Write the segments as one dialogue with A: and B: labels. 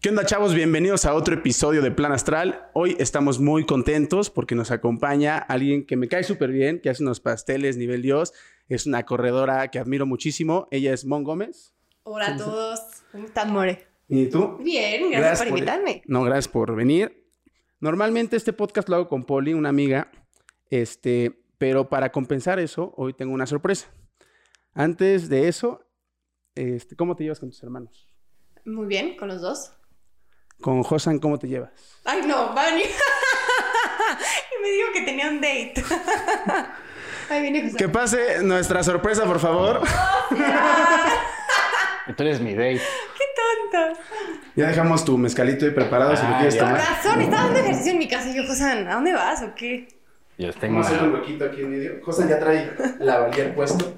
A: ¿Qué onda chavos? Bienvenidos a otro episodio de Plan Astral. Hoy estamos muy contentos porque nos acompaña alguien que me cae súper bien, que hace unos pasteles nivel Dios. Es una corredora que admiro muchísimo. Ella es Mon Gómez.
B: Hola a todos. ¿Cómo están, More?
A: ¿Y tú?
B: Bien, gracias,
A: Gracias
B: por
A: por-
B: invitarme.
A: No, gracias por venir. Normalmente este podcast lo hago con Poli, una amiga. Este, pero para compensar eso, hoy tengo una sorpresa. Antes de eso, este, ¿cómo te llevas con tus hermanos?
B: Muy bien, con los dos.
A: Con Josan, ¿cómo te llevas?
B: Ay, no, van y me dijo que tenía un date. Ay, viene José.
A: Que pase nuestra sorpresa, por favor.
C: Tú eres mi date.
B: tonto.
A: Ya dejamos tu mezcalito ahí preparado si lo
C: Ah,
A: quieres
C: ya.
B: Con
A: tomar.
B: razón, estaba haciendo ejercicio en mi casa. Y yo, Josan, ¿a dónde vas o qué?
C: Yo tengo
A: Vamos a hacer
C: una...
A: un huequito aquí en medio. Josan ya trae la valía puesto.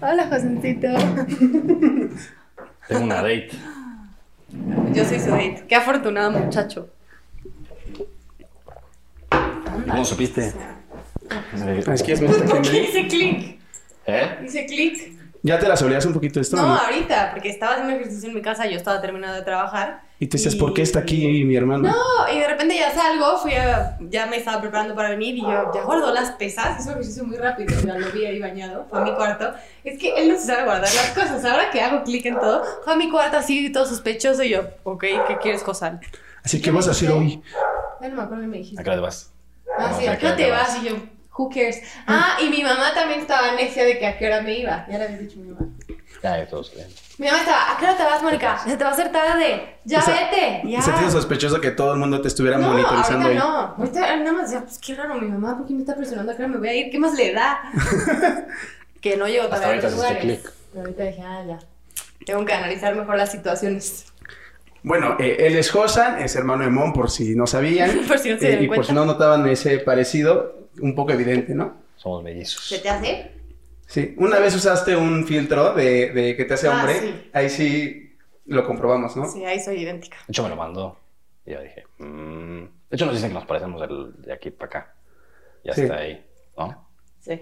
B: Hola, Josancito.
C: Tengo una date.
B: Yo soy su date. Qué afortunado muchacho.
C: ¿Cómo supiste?
A: Ah, Es que es muy
B: qué hice clic?
C: ¿Eh?
B: Hice clic.
A: Ya te la soleas un poquito esto.
B: No,
A: ¿no?
B: ahorita, porque estaba haciendo ejercicio en mi casa. Yo estaba terminando de trabajar.
A: Y te dices, ¿por qué está aquí mi hermano?
B: y de repente ya salgo, fui a- ya me estaba preparando para venir y yo ya guardo las pesas, hizo ejercicio muy rápido, ya lo vi ahí bañado, fue a mi cuarto. Es que él no se sabe guardar las cosas, ahora que hago clic en todo, fue a mi cuarto así todo sospechoso y yo, ok, ¿qué quieres cosar?
A: Así que vas a hacer hoy.
B: Ya no me acuerdo que me dijiste.
C: ¿A qué hora te vas?
B: Ah, sí,
C: No,
B: ¿a qué hora
C: acá
B: te
C: te vas.
B: vas? Y yo, who cares? Ah, y mi mamá también estaba necia de que a qué hora me iba, ya le había dicho a mi mamá.
C: Ya, de todos. bien.
B: Mi mamá estaba, ¿a qué hora te vas, Mónica? Se te va a hacer tarde, ya
A: O sea,
B: vete, ya.
A: Se te hizo sospechoso que todo el mundo te estuviera
B: No,
A: monitorizando
B: ahorita
A: ahí.
B: no. Ahorita nada más decía, pues qué raro, mi mamá, ¿por qué me está presionando? ¿A qué hora me voy a ir? ¿Qué más le da? que no llego
C: Hasta
B: todavía a los
C: ahorita
B: lugares.
C: hiciste
B: Pero Ahorita dije, ah, ya. Tengo que analizar mejor las situaciones.
A: Bueno, eh, él es Josan, es hermano de Mon, por si no sabían.
B: Por si no se
A: Eh,
B: dieron
A: y por
B: cuenta.
A: si no notaban ese parecido, un poco evidente, ¿no?
C: Somos mellizos.
B: ¿Se te hace?
A: Sí. Una vez usaste un filtro de, de que te hace
B: Ah,
A: hombre.
B: sí.
A: Ahí sí lo comprobamos, ¿no?
B: Sí, ahí soy idéntica.
C: De hecho, me lo mandó. Y yo dije... mm. De hecho, nos dicen que nos parecemos del- de aquí para acá. Ya
A: Sí.
C: está ahí. ¿No?
B: Sí.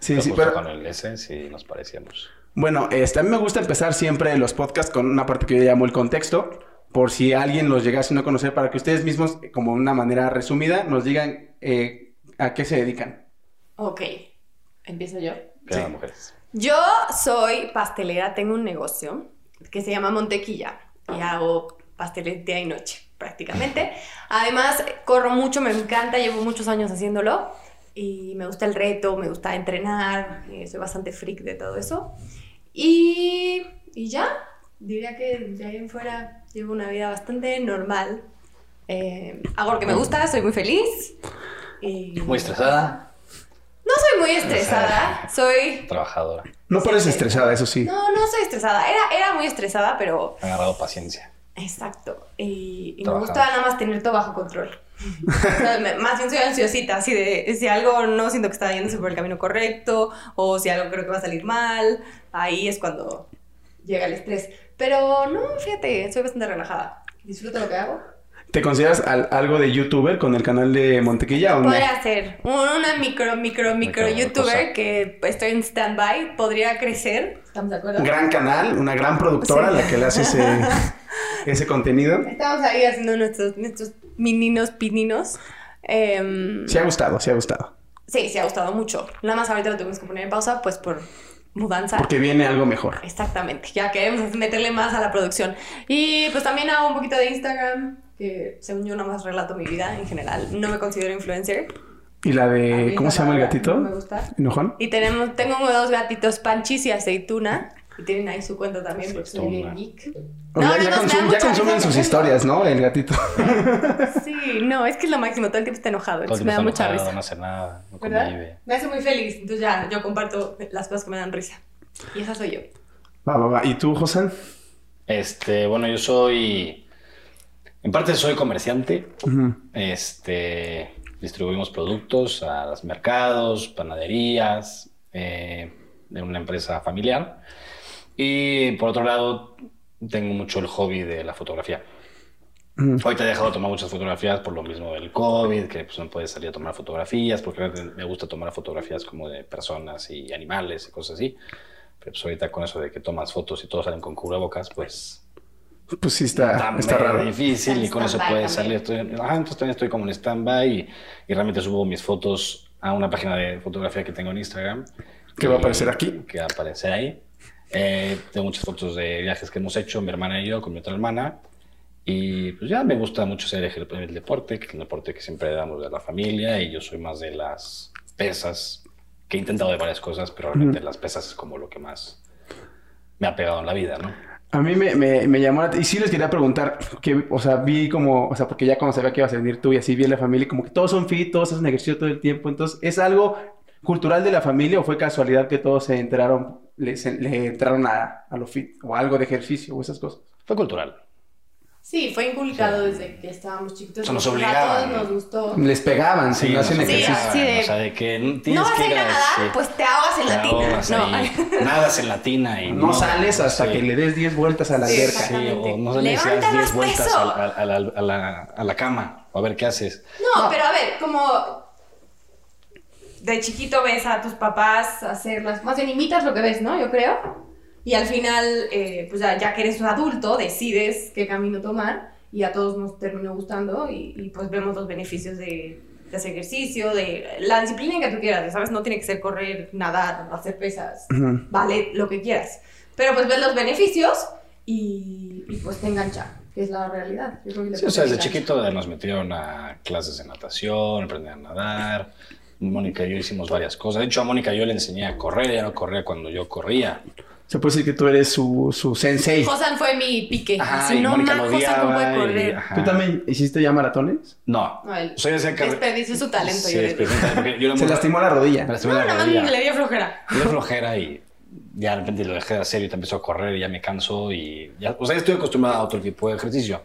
A: Sí,
C: Pero
A: sí,
C: justo
A: pero
C: Con el S sí nos parecíamos.
A: bueno, este, a mí me gusta empezar siempre los podcasts con una parte que yo llamo el contexto, por si alguien los llegase a no conocer, para que ustedes mismos, eh, como una manera resumida, nos digan eh, a qué se dedican.
B: Ok. Empiezo yo.
C: Pero
A: Sí.
C: las mujeres.
B: Yo soy pastelera, tengo un negocio que se llama Montequilla y hago pasteles día y noche prácticamente. Además, corro mucho, me encanta, llevo muchos años haciéndolo y me gusta el reto, me gusta entrenar, eh, soy bastante freak de todo eso. Y, y ya, diría que de ahí en fuera llevo una vida bastante normal. Eh, hago lo que me gusta, soy muy feliz. y-
C: Muy estresada,
B: No soy muy estresada, soy
C: trabajadora.
A: No
B: Sí,
A: pareces
B: sí.
A: estresada, eso sí.
B: no, no soy estresada. Era, era muy estresada, pero.
C: Ha agarrado paciencia.
B: Exacto. Y, y me
C: Trabajaba.
B: gustaba nada más tener todo bajo control. O sea, me- más bien soy ansiosita, así de si algo no siento que está yéndose por el camino correcto o si algo creo que va a salir mal. Ahí es cuando llega el estrés. Pero no, fíjate, soy bastante relajada. Disfruto lo que hago.
A: ¿Te consideras al- algo de youtuber con el canal de Montequilla o no?
B: Podría ser un- una micro, micro, micro
C: Micro
B: youtuber
C: cosa.
B: que estoy en stand-by, podría crecer. ¿Estamos de acuerdo?
A: Un gran canal, una gran productora a la que le hace ese, ese contenido.
B: Estamos ahí haciendo nuestros, nuestros mininos pininos. Em,
A: Sí ha gustado, sí ha gustado.
B: sí, sí, ha gustado mucho. Nada más ahorita lo tuvimos que poner en pausa, pues por mudanza.
A: Porque viene algo mejor.
B: Exactamente, ya queremos meterle más a la producción. Y pues también hago un poquito de Instagram, que según yo nada más relato mi vida en general. No me considero influencer.
A: ¿Y la
C: Eh,
B: A mí
A: de...
B: esa
A: ¿Cómo se llama el
B: palabra no Me
A: gatito?
B: gusta.
A: ¿Enojón?
B: Y tenemos, tengo dos gatitos, Panchis y Aceituna. Y tienen ahí su cuenta también, porque soy bien
C: Aceituna.
B: geek.
A: Ya- ya
B: me
A: consum-
B: da
A: ya
B: mucha
A: consumen
B: risa.
A: sus historias, ¿no? El gatito.
B: Sí, no, es que es lo máximo, todo el tiempo está enojado,
C: Todo el
B: entonces
C: tiempo
B: me da
C: está
B: mucha
C: enojado,
B: risa.
C: No hace nada, no
B: ¿Verdad?
C: convive.
B: Me hace muy feliz, entonces ya yo comparto las cosas que me dan risa. Y esa soy yo.
A: Va, va, va. ¿Y tú, Josan?
C: Este, bueno, yo soy. En parte soy comerciante. Este, distribuimos productos a los mercados, panaderías, eh, de una empresa familiar. Y por otro lado, tengo mucho el hobby de la fotografía.
A: Ujú.
C: Hoy te he dejado de tomar muchas fotografías por lo mismo del COVID, que pues, no puedes salir a tomar fotografías, porque me gusta tomar fotografías como de personas y animales y cosas así. Pero pues ahorita con eso de que tomas fotos y todos salen con cubrebocas, pues
A: Pues sí, está,
C: Está
A: está
C: medio
A: raro.
C: difícil y con eso
B: Stand-by
C: puedes salir.
B: también.
C: Estoy, ajá, entonces también estoy como en stand-by y, y realmente subo mis fotos a una página de fotografía que tengo en Instagram.
A: Que va a
C: Y-
A: aparecer aquí.
C: Que va a aparecer ahí. Eh, tengo muchas fotos de viajes que hemos hecho, mi hermana y yo, con mi otra hermana. Y pues ya me gusta mucho hacer el, el deporte, que es el deporte que siempre damos de la familia y yo soy más de las pesas, que he intentado de varias cosas, pero realmente las pesas es como lo que más me ha pegado en la vida, ¿no?
A: A mí me, me, me llamó la Y sí les quería preguntar, que, o sea, vi como, o sea, porque ya cuando sabía que ibas a venir tú y así vi a la familia, como que todos son fit, todos hacen ejercicio todo el tiempo. Entonces, ¿es algo cultural de la familia o fue casualidad que todos se enteraron, le, se- le entraron a, a lo fit o algo de ejercicio o esas cosas?
C: Fue cultural.
B: Sí, fue inculcado desde que estábamos chiquitos.
C: Se nos
B: A todos
C: obligaban.
B: nos gustó.
A: Les pegaban si no hacen
C: nos
A: ejercicio.
C: obligaban,
B: Sí, así de-
C: O sea, de que tienes
B: No vas
C: que
B: a ir a
C: sí.
B: nadar, pues te ahogas en la
C: Te ahogas
B: tina. No.
C: ahí. Nadas en latina. Y
A: No sales hasta
C: sí.
A: que le des 10 vueltas a la
B: Sí,
A: alberca.
C: Sí, o no le
B: Levanta
C: seas 10
B: más
C: vueltas
B: peso.
C: a, a- a la, a la- a la cama. A ver qué haces.
B: No, pero a ver, como de chiquito ves a tus papás hacerlas, más bien imitas lo que ves, ¿no? Yo creo. Y al final, eh, pues ya, ya que eres un adulto, decides qué camino tomar y a todos nos terminó gustando y, y, pues vemos los beneficios de, de hacer ejercicio, de la disciplina que tú quieras, ¿sabes? No tiene que ser correr, nadar, hacer pesas,
A: Ujú.
B: vale, lo que quieras. Pero pues ves los beneficios y, y, pues te engancha, que es la realidad. Yo creo que la
C: Sí, o sea,
B: gente
C: desde
B: engancha.
C: chiquito nos metieron a clases de natación, aprender a nadar. Mónica y yo hicimos varias cosas. De hecho, a Mónica yo le enseñé a correr. Ella no corría cuando yo corría.
A: Se puede decir que tú eres su, su sensei.
B: Josan fue mi pique.
C: Ajá,
B: si
C: y
B: no,
C: Mónica
B: más
C: lo
B: Josan no puede
C: odiaba y-
B: correr.
C: ajá.
A: ¿Tú también hiciste ya maratones?
C: No.
B: No, él
C: O sea, ella hacía carre-
B: desperdició su talento.
C: Sí,
B: yo diría.
C: experimental, porque yo era
A: Se
C: muy-
A: lastimó la
C: me
A: rodilla.
C: lastimé la
B: No, nada
C: rodilla.
B: más le dio flojera.
C: Le flojera y ya de repente lo dejé de hacer y te empezó a correr y ya me canso y ya, o sea, estoy acostumbrado a otro tipo de ejercicio.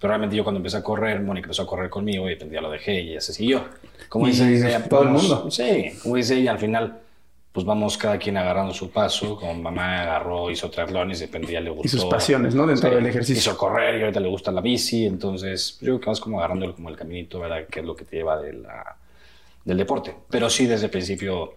C: Pero realmente yo cuando empecé a correr, Mónica empezó a correr conmigo y de repente ya lo dejé y ya se siguió. Como
A: Y
C: dice ella,
A: todo el
C: vamos-
A: mundo.
C: Sí, como dice ella, al final pues vamos cada quien agarrando su paso, como mamá agarró, hizo triatlones, de repente ya le gustó.
A: Y sus pasiones, ¿no? Dentro
C: Sí,
A: del ejercicio.
C: Hizo correr y ahorita le gusta la bici, entonces yo creo que vas como agarrando como el caminito, ¿verdad? Que es lo que te lleva de la- del deporte. Pero sí, desde el principio,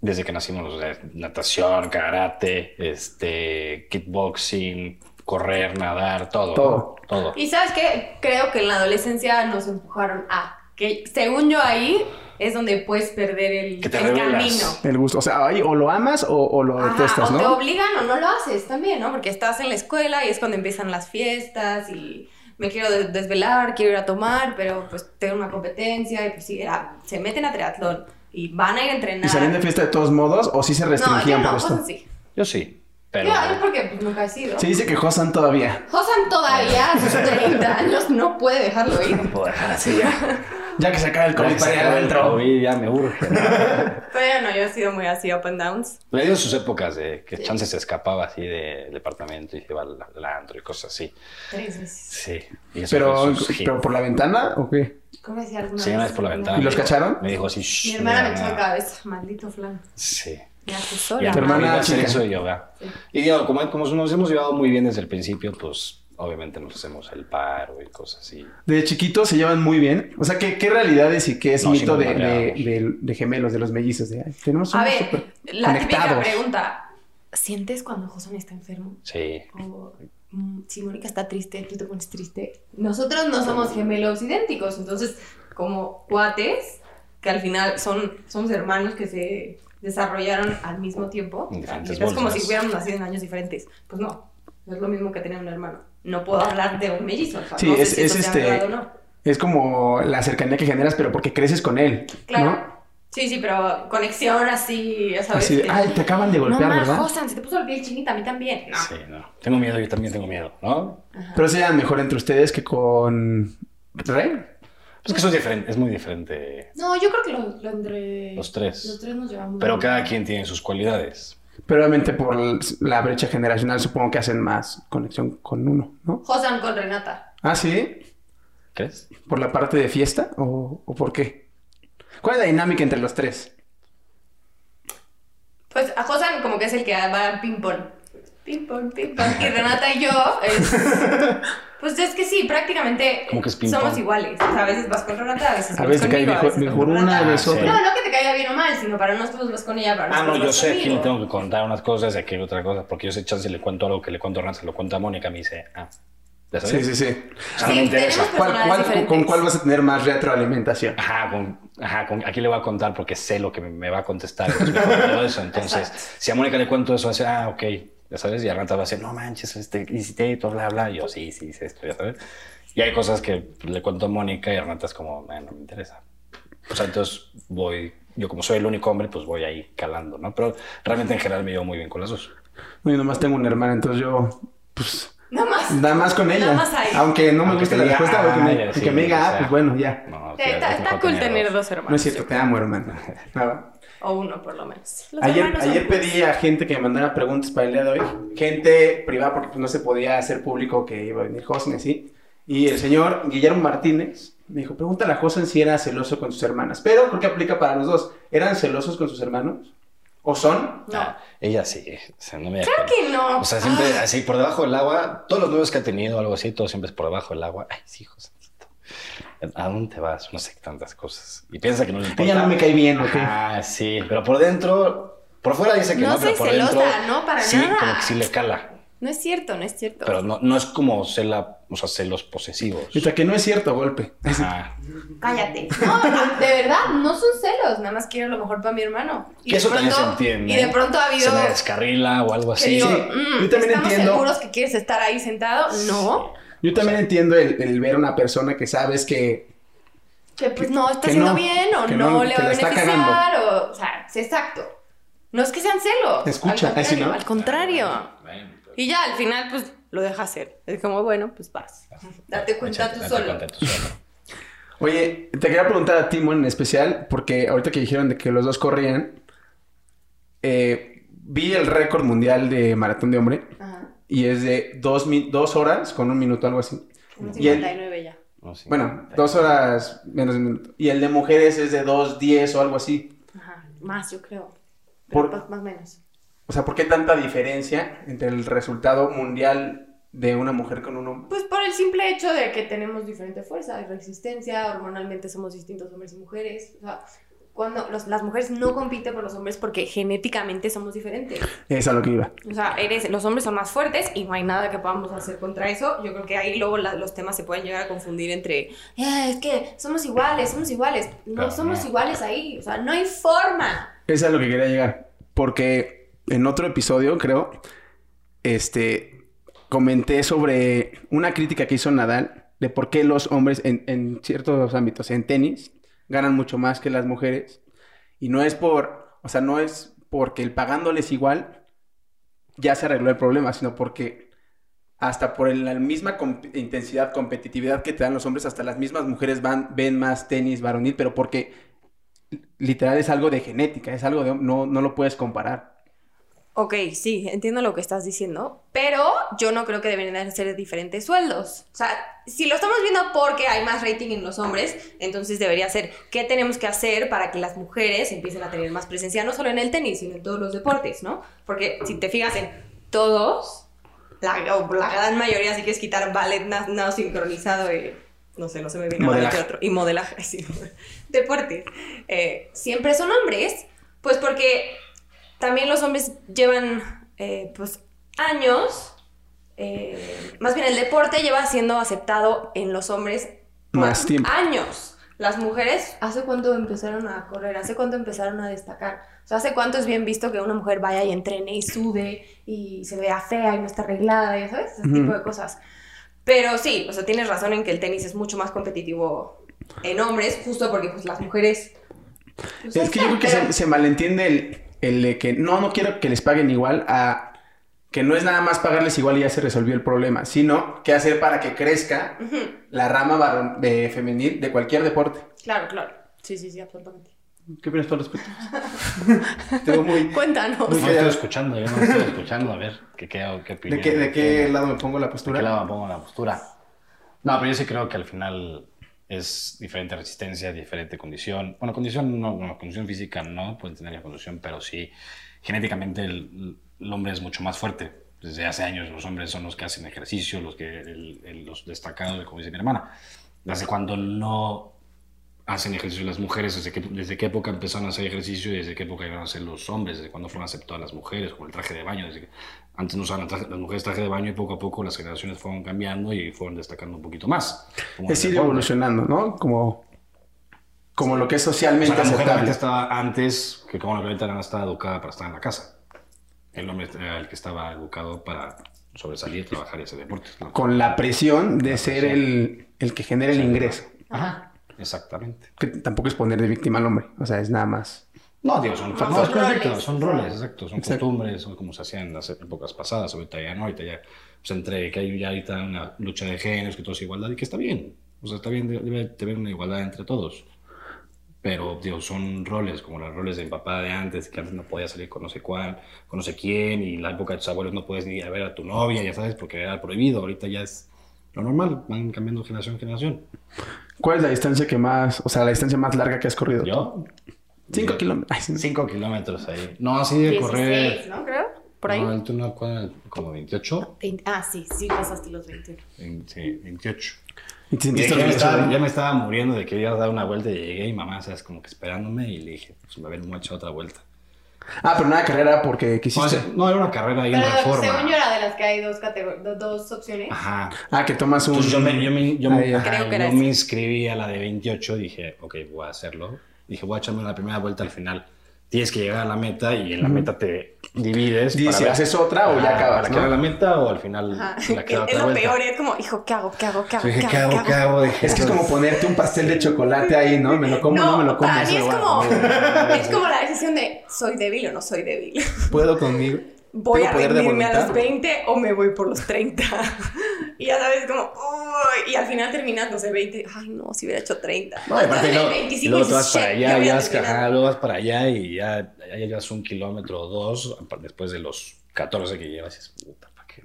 C: desde que nacimos, o sea, natación, karate, este, kickboxing, correr, nadar, todo.
A: Todo.
C: Todo.
B: Y sabes qué? Creo que en la adolescencia nos empujaron a. Que según yo ahí es donde puedes perder el,
C: Que te
B: el
C: rebelas.
B: camino.
A: El gusto. O sea, ahí o lo amas o, o lo
B: Ajá,
A: detestas,
B: o te
A: ¿no?
B: obligan o no lo haces también, ¿no? Porque estás en la escuela y es cuando empiezan las fiestas y me quiero de- desvelar, quiero ir a tomar, pero pues tengo una competencia y pues sí, era- se meten a triatlón y van a ir a entrenar.
A: ¿Y salían de fiesta de todos modos o sí se
B: no, yo
A: restringían
B: no,
A: por
B: Josan
A: esto?
B: sí.
C: Yo sí, pero...
B: Yo, yo porque pues, nunca he sido.
A: Se dice que Josan todavía.
B: Josan todavía a sus 30 años no puede dejarlo ir.
C: Puedo dejar así ya.
A: Ya que se acaba el COVID
C: Como
A: para ir
C: para
A: adentro.
C: ya me urge.
B: Pero no, yo he sido muy así, up and downs.
C: Le dio sus épocas de que
B: Sí.
C: Chance se escapaba así del departamento y se iba al, al antro y cosas así.
B: Tres veces.
C: Sí. Y eso
A: Pero,
C: fue sus hits.
A: pero por la ventana o qué?
B: ¿Cómo decía alguna
C: Sí,
B: vez?
C: una vez por la ventana.
A: ¿Y los cacharon?
C: Me dijo así. "Shh,
B: Mi hermana
C: mira,
B: me echó
C: nada".
B: de cabeza, maldito flan.
C: Sí.
B: Me acusó
C: Ya,
B: la
A: Tu
C: me
A: hermana
B: madre.
C: iba a hacer
A: chica.
C: eso y yo, vea. Y digo, como, como nos hemos llevado muy bien desde el principio, pues obviamente nos hacemos el paro y cosas así.
A: De chiquitos se llevan muy bien. O sea, ¿qué, qué realidades y qué es
C: No, sí
A: mito
C: nos
A: de, de,
C: peleábamos.
A: de- de gemelos, de los mellizos? De, ay, tenemos
B: A
A: unos
B: ver,
A: súper
B: la típica
A: conectados.
B: pregunta. ¿Sientes cuando Josan está enfermo?
C: Sí.
B: O mm, si Mónica está triste, tú te pones triste. Nosotros no somos gemelos idénticos, entonces como cuates, que al final son, somos hermanos que se desarrollaron al mismo tiempo.
C: En diferentes
B: Es como
C: bolsas.
B: si hubiéramos nacido en años diferentes. Pues no, no es lo mismo que tener un hermano. No puedo hablar de un mellizo. o sea,
A: Sí,
B: no sé
A: es-
B: si eso
A: es
B: se ha
A: este-
B: hablado o no.
A: Es como la cercanía que generas, pero porque creces con él.
B: Claro.
A: ¿no?
B: Sí, sí, pero conexión así, ya sabes.
A: Así de,
B: que-
A: ay, te acaban de golpear,
B: no, ma,
A: ¿verdad?
B: Josan, se te puso la piel chinita, a mí también. No.
C: Sí, no. Tengo miedo, yo también tengo miedo, ¿no?
B: Ajá.
A: Pero se llevan mejor entre ustedes que con Rey.
C: Pues que eso es diferente, es muy diferente
B: No, yo creo que lo, lo entre...
C: los tres.
B: Los tres nos llevamos.
C: Pero
B: bien.
C: cada quien tiene sus cualidades.
A: Pero obviamente por la brecha generacional supongo que hacen más conexión con uno, ¿no?
B: Josan con Renata.
A: Ah, sí.
C: ¿Crees?
A: ¿Por la parte de fiesta o, o por qué? ¿Cuál es la dinámica entre los tres?
B: Pues a Josan como que es el que va al ping-pong. Ping-pong, ping-pong. Y Renata y yo es Pues es que sí, prácticamente
C: Como que es ping-pong.
B: somos iguales. O sea, a veces vas con Renata, a veces
A: A
B: vas
A: veces te cae
B: conmigo, a
A: mejor,
B: veces
A: mejor
B: con
A: una, a
B: Renata.
A: veces
B: No,
A: otra.
B: no que te caiga bien o mal, sino para nosotros vas con ella, para
C: Ah, no,
B: nosotros
C: yo
B: vas
C: sé que
B: conmigo.
C: le tengo que contar unas cosas y aquí otra cosa, porque yo sé chance le cuento algo que le cuento a Renata, se lo cuento a Mónica, me dice, ah, ya sabes.
A: Sí, sí, sí.
C: O sea, no me
B: Sí,
C: interesa.
B: tenemos-
A: ¿Cuál,
B: Personas
A: cuál-
B: diferentes.
A: ¿Con cuál vas a tener más retroalimentación?
C: Ajá, con, ajá con- aquí le voy a contar porque sé lo que me, me va a contestar. entonces me acuerdo de eso. Entonces, si a Mónica le cuento eso, va a decir, ah, ok, ya sabes, y a Renata va a decir, no manches, este, hiciste esto, bla, bla. Y yo, sí, sí, hice esto, ya sabes. Y hay cosas que le cuento a Mónica y a Renata es como, "Ah, no me interesa. O sea, entonces voy, yo como soy el único hombre, pues voy ahí calando, ¿no? Pero realmente en general me llevo muy bien con las dos.
A: Yo nomás tengo una hermana, entonces yo, pues,
B: Nada más.
A: nada más con ella.
B: Nada más ahí.
A: Aunque no me
C: Aunque
A: guste
C: te
A: la
C: diga,
A: respuesta,
C: "Ah,
A: aunque me-
C: ya,
A: aunque
C: sí,
A: me
C: o
A: diga, ah,
C: sea".
A: pues bueno, ya.
C: No, sí,
B: Está,
C: es
B: está
C: mejor
B: cool tener dos
A: No es
B: hermanos.
A: cierto, te amo, hermana. Nada.
B: O uno, por lo menos. Los
A: Ayer,
B: hermanos son
A: ayer
B: cool.
A: pedí a gente que me mandara preguntas para el día de hoy. Gente privada, porque pues, no se podía hacer público que iba a venir Josen y así. Y el señor Guillermo Martínez me dijo, pregúntale a Josen si era celoso con sus hermanas. Pero creo que aplica para los dos. ¿Eran celosos con sus hermanos? ¿O son?
B: No.
C: Ah, ella sí, o sea, no me da
B: Claro
C: cuenta.
B: que no.
C: O sea, siempre
B: Ah,
C: así por debajo del agua, todos los nuevos que ha tenido, algo así, todo siempre es por debajo del agua. Ay, sí, José. ¿A dónde vas? No sé tantas cosas. Y piensa que no le importa.
A: Ella no me cae bien, ¿ok?
C: Ah, sí, pero por dentro, por fuera dice que no,
B: No
C: pero
B: soy
C: por
B: celosa,
C: dentro.
B: no, para
C: sí,
B: nada.
C: como que sí le cala.
B: No es cierto, no es cierto.
C: Pero no, no es como cela, o sea, celos posesivos.
A: Hasta que no es cierto, golpe.
C: Ajá.
B: Cállate. No, no, de verdad, no son celos. Nada más quiero lo mejor para mi hermano.
C: Que eso
B: de
C: también se
B: pronto-
C: entiende.
B: Y
A: ¿eh?
B: de pronto ha habido.
C: Se me descarrila o algo
B: que
C: así.
B: digo,
A: Sí,
B: "Mm,
A: yo también
B: ¿estamos
A: entiendo.
B: seguros que quieres estar ahí sentado? No.
A: Yo también entiendo el, el ver a una persona que sabes que...
B: Que pues no está
A: que
B: haciendo
A: no,
B: bien o
A: que
B: no,
A: no, que
B: le va
A: la
B: a
A: está
B: beneficiar. O, o sea, sí, exacto. No es que sean celos.
A: Escucha,
B: al
A: así,
B: contrario,
A: ¿no? Ah,
B: Al contrario. Y ya al final, pues lo deja hacer. Es como, bueno, pues vas. Date cuenta
C: Échate-
B: tú
C: date
B: solo.
C: cuenta tú solo.
A: Oye, te quería preguntar a Timon en especial, porque ahorita que dijeron de que los dos corrían, eh, vi el récord mundial de maratón de hombre.
B: Ajá.
A: y es de dos, mi- dos horas con un minuto, algo así.
B: Como
A: Y el-
B: 59 ya.
C: No, sí.
A: Bueno, dos horas menos de un minuto. Y el de mujeres es de dos, diez o algo así.
B: Ajá. Más, yo creo.
A: Por-
B: Pero más- más menos.
A: O sea, ¿por qué tanta diferencia entre el resultado mundial de una mujer con un hombre?
B: Pues por el simple hecho de que tenemos diferente fuerza y resistencia, hormonalmente somos distintos hombres y mujeres. O sea, cuando los- las mujeres no compiten por los hombres porque genéticamente somos diferentes.
A: Es a lo que iba.
B: O sea, eres, los hombres son más fuertes y no hay nada que podamos hacer contra eso. Yo creo que ahí luego la- los temas se pueden llegar a confundir entre, "Eh, es que somos iguales, somos iguales. No,
C: Claro,
B: somos
C: no.
B: iguales ahí. O sea, no hay forma.
A: Es a lo que quería llegar. Porque en otro episodio, creo, este, comenté sobre una crítica que hizo Nadal de por qué los hombres en, en ciertos ámbitos, en tenis, ganan mucho más que las mujeres. Y no es por, o sea, no es porque el pagándoles igual ya se arregló el problema, sino porque hasta por el- la misma comp- intensidad, competitividad que te dan los hombres, hasta las mismas mujeres van, ven más tenis varonil, pero porque literal es algo de genética, es algo de, hom- no, no lo puedes comparar.
B: Ok, sí, entiendo lo que estás diciendo, pero yo no creo que deberían ser diferentes sueldos. O sea, si lo estamos viendo porque hay más rating en los hombres, entonces debería ser qué tenemos que hacer para que las mujeres empiecen a tener más presencia, no solo en el tenis, sino en todos los deportes, ¿no? Porque si te fijas en todos, la, o la gran mayoría, si quieres quitar ballet na- nado sincronizado y no sé, no se me viene ahora
A: Modelaje.
B: qué otro. Y modelaje, sí. Deportes. Eh, siempre son hombres, pues porque también los hombres llevan eh, pues años, eh, más bien el deporte lleva siendo aceptado en los hombres por
A: Más tiempo.
B: años. Las mujeres, ¿hace cuánto empezaron a correr? ¿Hace cuánto empezaron a destacar? O sea, ¿hace cuánto es bien visto que una mujer vaya y entrene y sude y se vea fea y no está arreglada y sabes? Ese tipo de cosas. Pero sí, o sea, tienes razón en que el tenis es mucho más competitivo en hombres, justo porque pues las mujeres... pues,
A: es que yo creo que se,
B: pero-
A: se malentiende el, el de que no, no quiero que les paguen igual a que no es nada más pagarles igual y ya se resolvió el problema, sino que hacer para que crezca
B: Ujú.
A: la rama varón- de femenil de cualquier deporte.
B: Claro, claro. Sí, sí, sí, absolutamente.
A: ¿Qué opinas tú al respecto? Tengo muy...
B: Cuéntanos.
C: No estoy escuchando, yo no estoy escuchando. A ver, ¿qué, qué, qué opinión?
A: ¿De qué, de qué lado me pongo la
C: ¿De
A: postura?
C: qué lado me pongo la postura? No, pero yo sí creo que al final es diferente resistencia, diferente condición. Bueno, condición no, bueno, condición física no, pueden tener la condición, pero sí, genéticamente el, el hombre es mucho más fuerte. desde hace años los hombres son los que hacen ejercicio, los, que, el- el- los destacados, como dice mi hermana. Desde cuando no hacen ejercicio las mujeres, desde qué, desde qué época empezaron a hacer ejercicio y desde qué época iban a hacer los hombres, desde cuándo fueron aceptadas las mujeres, con el traje de baño. Desde que- antes no usaban el traje- las mujeres traje de baño y poco a poco las generaciones fueron cambiando y fueron destacando un poquito más. Como
A: Es ir
C: desde hombres.
A: evolucionando, ¿no? Como, como lo que es socialmente
C: O sea, la mujer
A: aceptable.
C: antes estaba antes, que como la planeta era estaba educada para estar en la casa. El hombre era el que estaba educado para sobresalir, trabajar y hacer deportes. ¿no?
A: Con la presión de ser el, el que genera el ingreso.
C: Ajá, exactamente.
A: Que tampoco es poner de víctima al hombre. O sea, es nada más.
C: No, digo, son,
B: Ah, Son
C: no, es correcto,
B: roles.
C: son roles, exacto, son
A: Exacto.
C: costumbres, son como se hacían en las épocas pasadas, ahorita ya no, ahorita ya, pues entre que hay ya ahorita una lucha de géneros, que todo es igualdad y que está bien, o sea, está bien, de- debe de haber una igualdad entre todos, pero, digo, son roles, como los roles de mi papá de antes, que antes no podía salir con no sé cuál, con no sé quién, y en la época de tus abuelos no podías ni ir a ver a tu novia, ya sabes, porque era prohibido, ahorita ya es lo normal, van cambiando de generación en generación.
A: ¿Cuál es la distancia que más, o sea, la distancia más larga que has corrido?
C: Yo,
A: Cinco
C: eh,
A: kilómetros. Ay, sí.
C: cinco kilómetros ahí, no, así de correr...
B: 16, ¿no? Creo. Por ahí.
C: No, tú no cuadra como 28.
B: Veinte- Ah, sí, sí, pasaste los 21.
C: en- sí, 28.
A: Y te
C: Y
A: sentiste
C: ya, me
A: orgulloso
C: estaba,
A: de-
C: ya me estaba muriendo de que iba a dar una vuelta y llegué y mamá, sabes, como que esperándome y le dije, pues me haber hecho otra vuelta.
A: Ah, pero nada carrera porque
C: No,
A: quisiste.
C: es- no, era una carrera y
B: Pero
C: una
B: según yo
C: reforma.
B: era de las que hay dos, catego- do- dos opciones.
C: Ajá.
A: Ah, que tomas un.
C: Entonces yo me, yo me, yo me-
A: Ah, ya.
C: ajá,
B: Creo que era
C: yo
B: esa.
C: me inscribí a la de 28, dije, ok, voy a hacerlo. Dije, voy a echarme la primera vuelta al final. Tienes que llegar a la meta y en la meta te divides.
A: Dices, ¿haces otra o ya
C: Ajá,
A: acabas,
C: ¿Para
A: no?
C: quedar a la meta o al final
B: Ajá.
C: Ah, la queda
B: Es
C: otra
B: lo
C: vuelta?
B: peor, es como, hijo, ¿qué hago? ¿Qué hago? ¿Qué hago?
C: Dije,
B: ¿Qué hago? ¿Qué hago?
C: hago? Dije,
A: Es que es como ponerte un pastel de chocolate ahí, ¿no? Me lo como, no, me lo como.
B: para mí
A: se
B: es
A: lo voy a
B: como,
A: comer.
B: es como la decisión de soy débil o no soy débil.
A: Puedo conmigo.
B: Voy
A: ¿Tengo
B: a
A: poder de
B: rendirme a
A: voluntad?
B: los 20 o me voy por los 30. y ya sabes, como, uy, y al final terminas, no sé, 20. Ay, no, si hubiera hecho 30.
C: No, y aparte
B: Entonces,
C: luego,
B: el
C: y
B: 25
C: luego tú vas
B: dices,
C: para
B: "Shit, ya
C: allá,
B: hubiera
C: ya vas,
B: terminado".
C: ajá, luego vas para allá y ya, ya llevas un kilómetro o dos apar- después de los 14 que llevas. Y es puta, ¿para qué?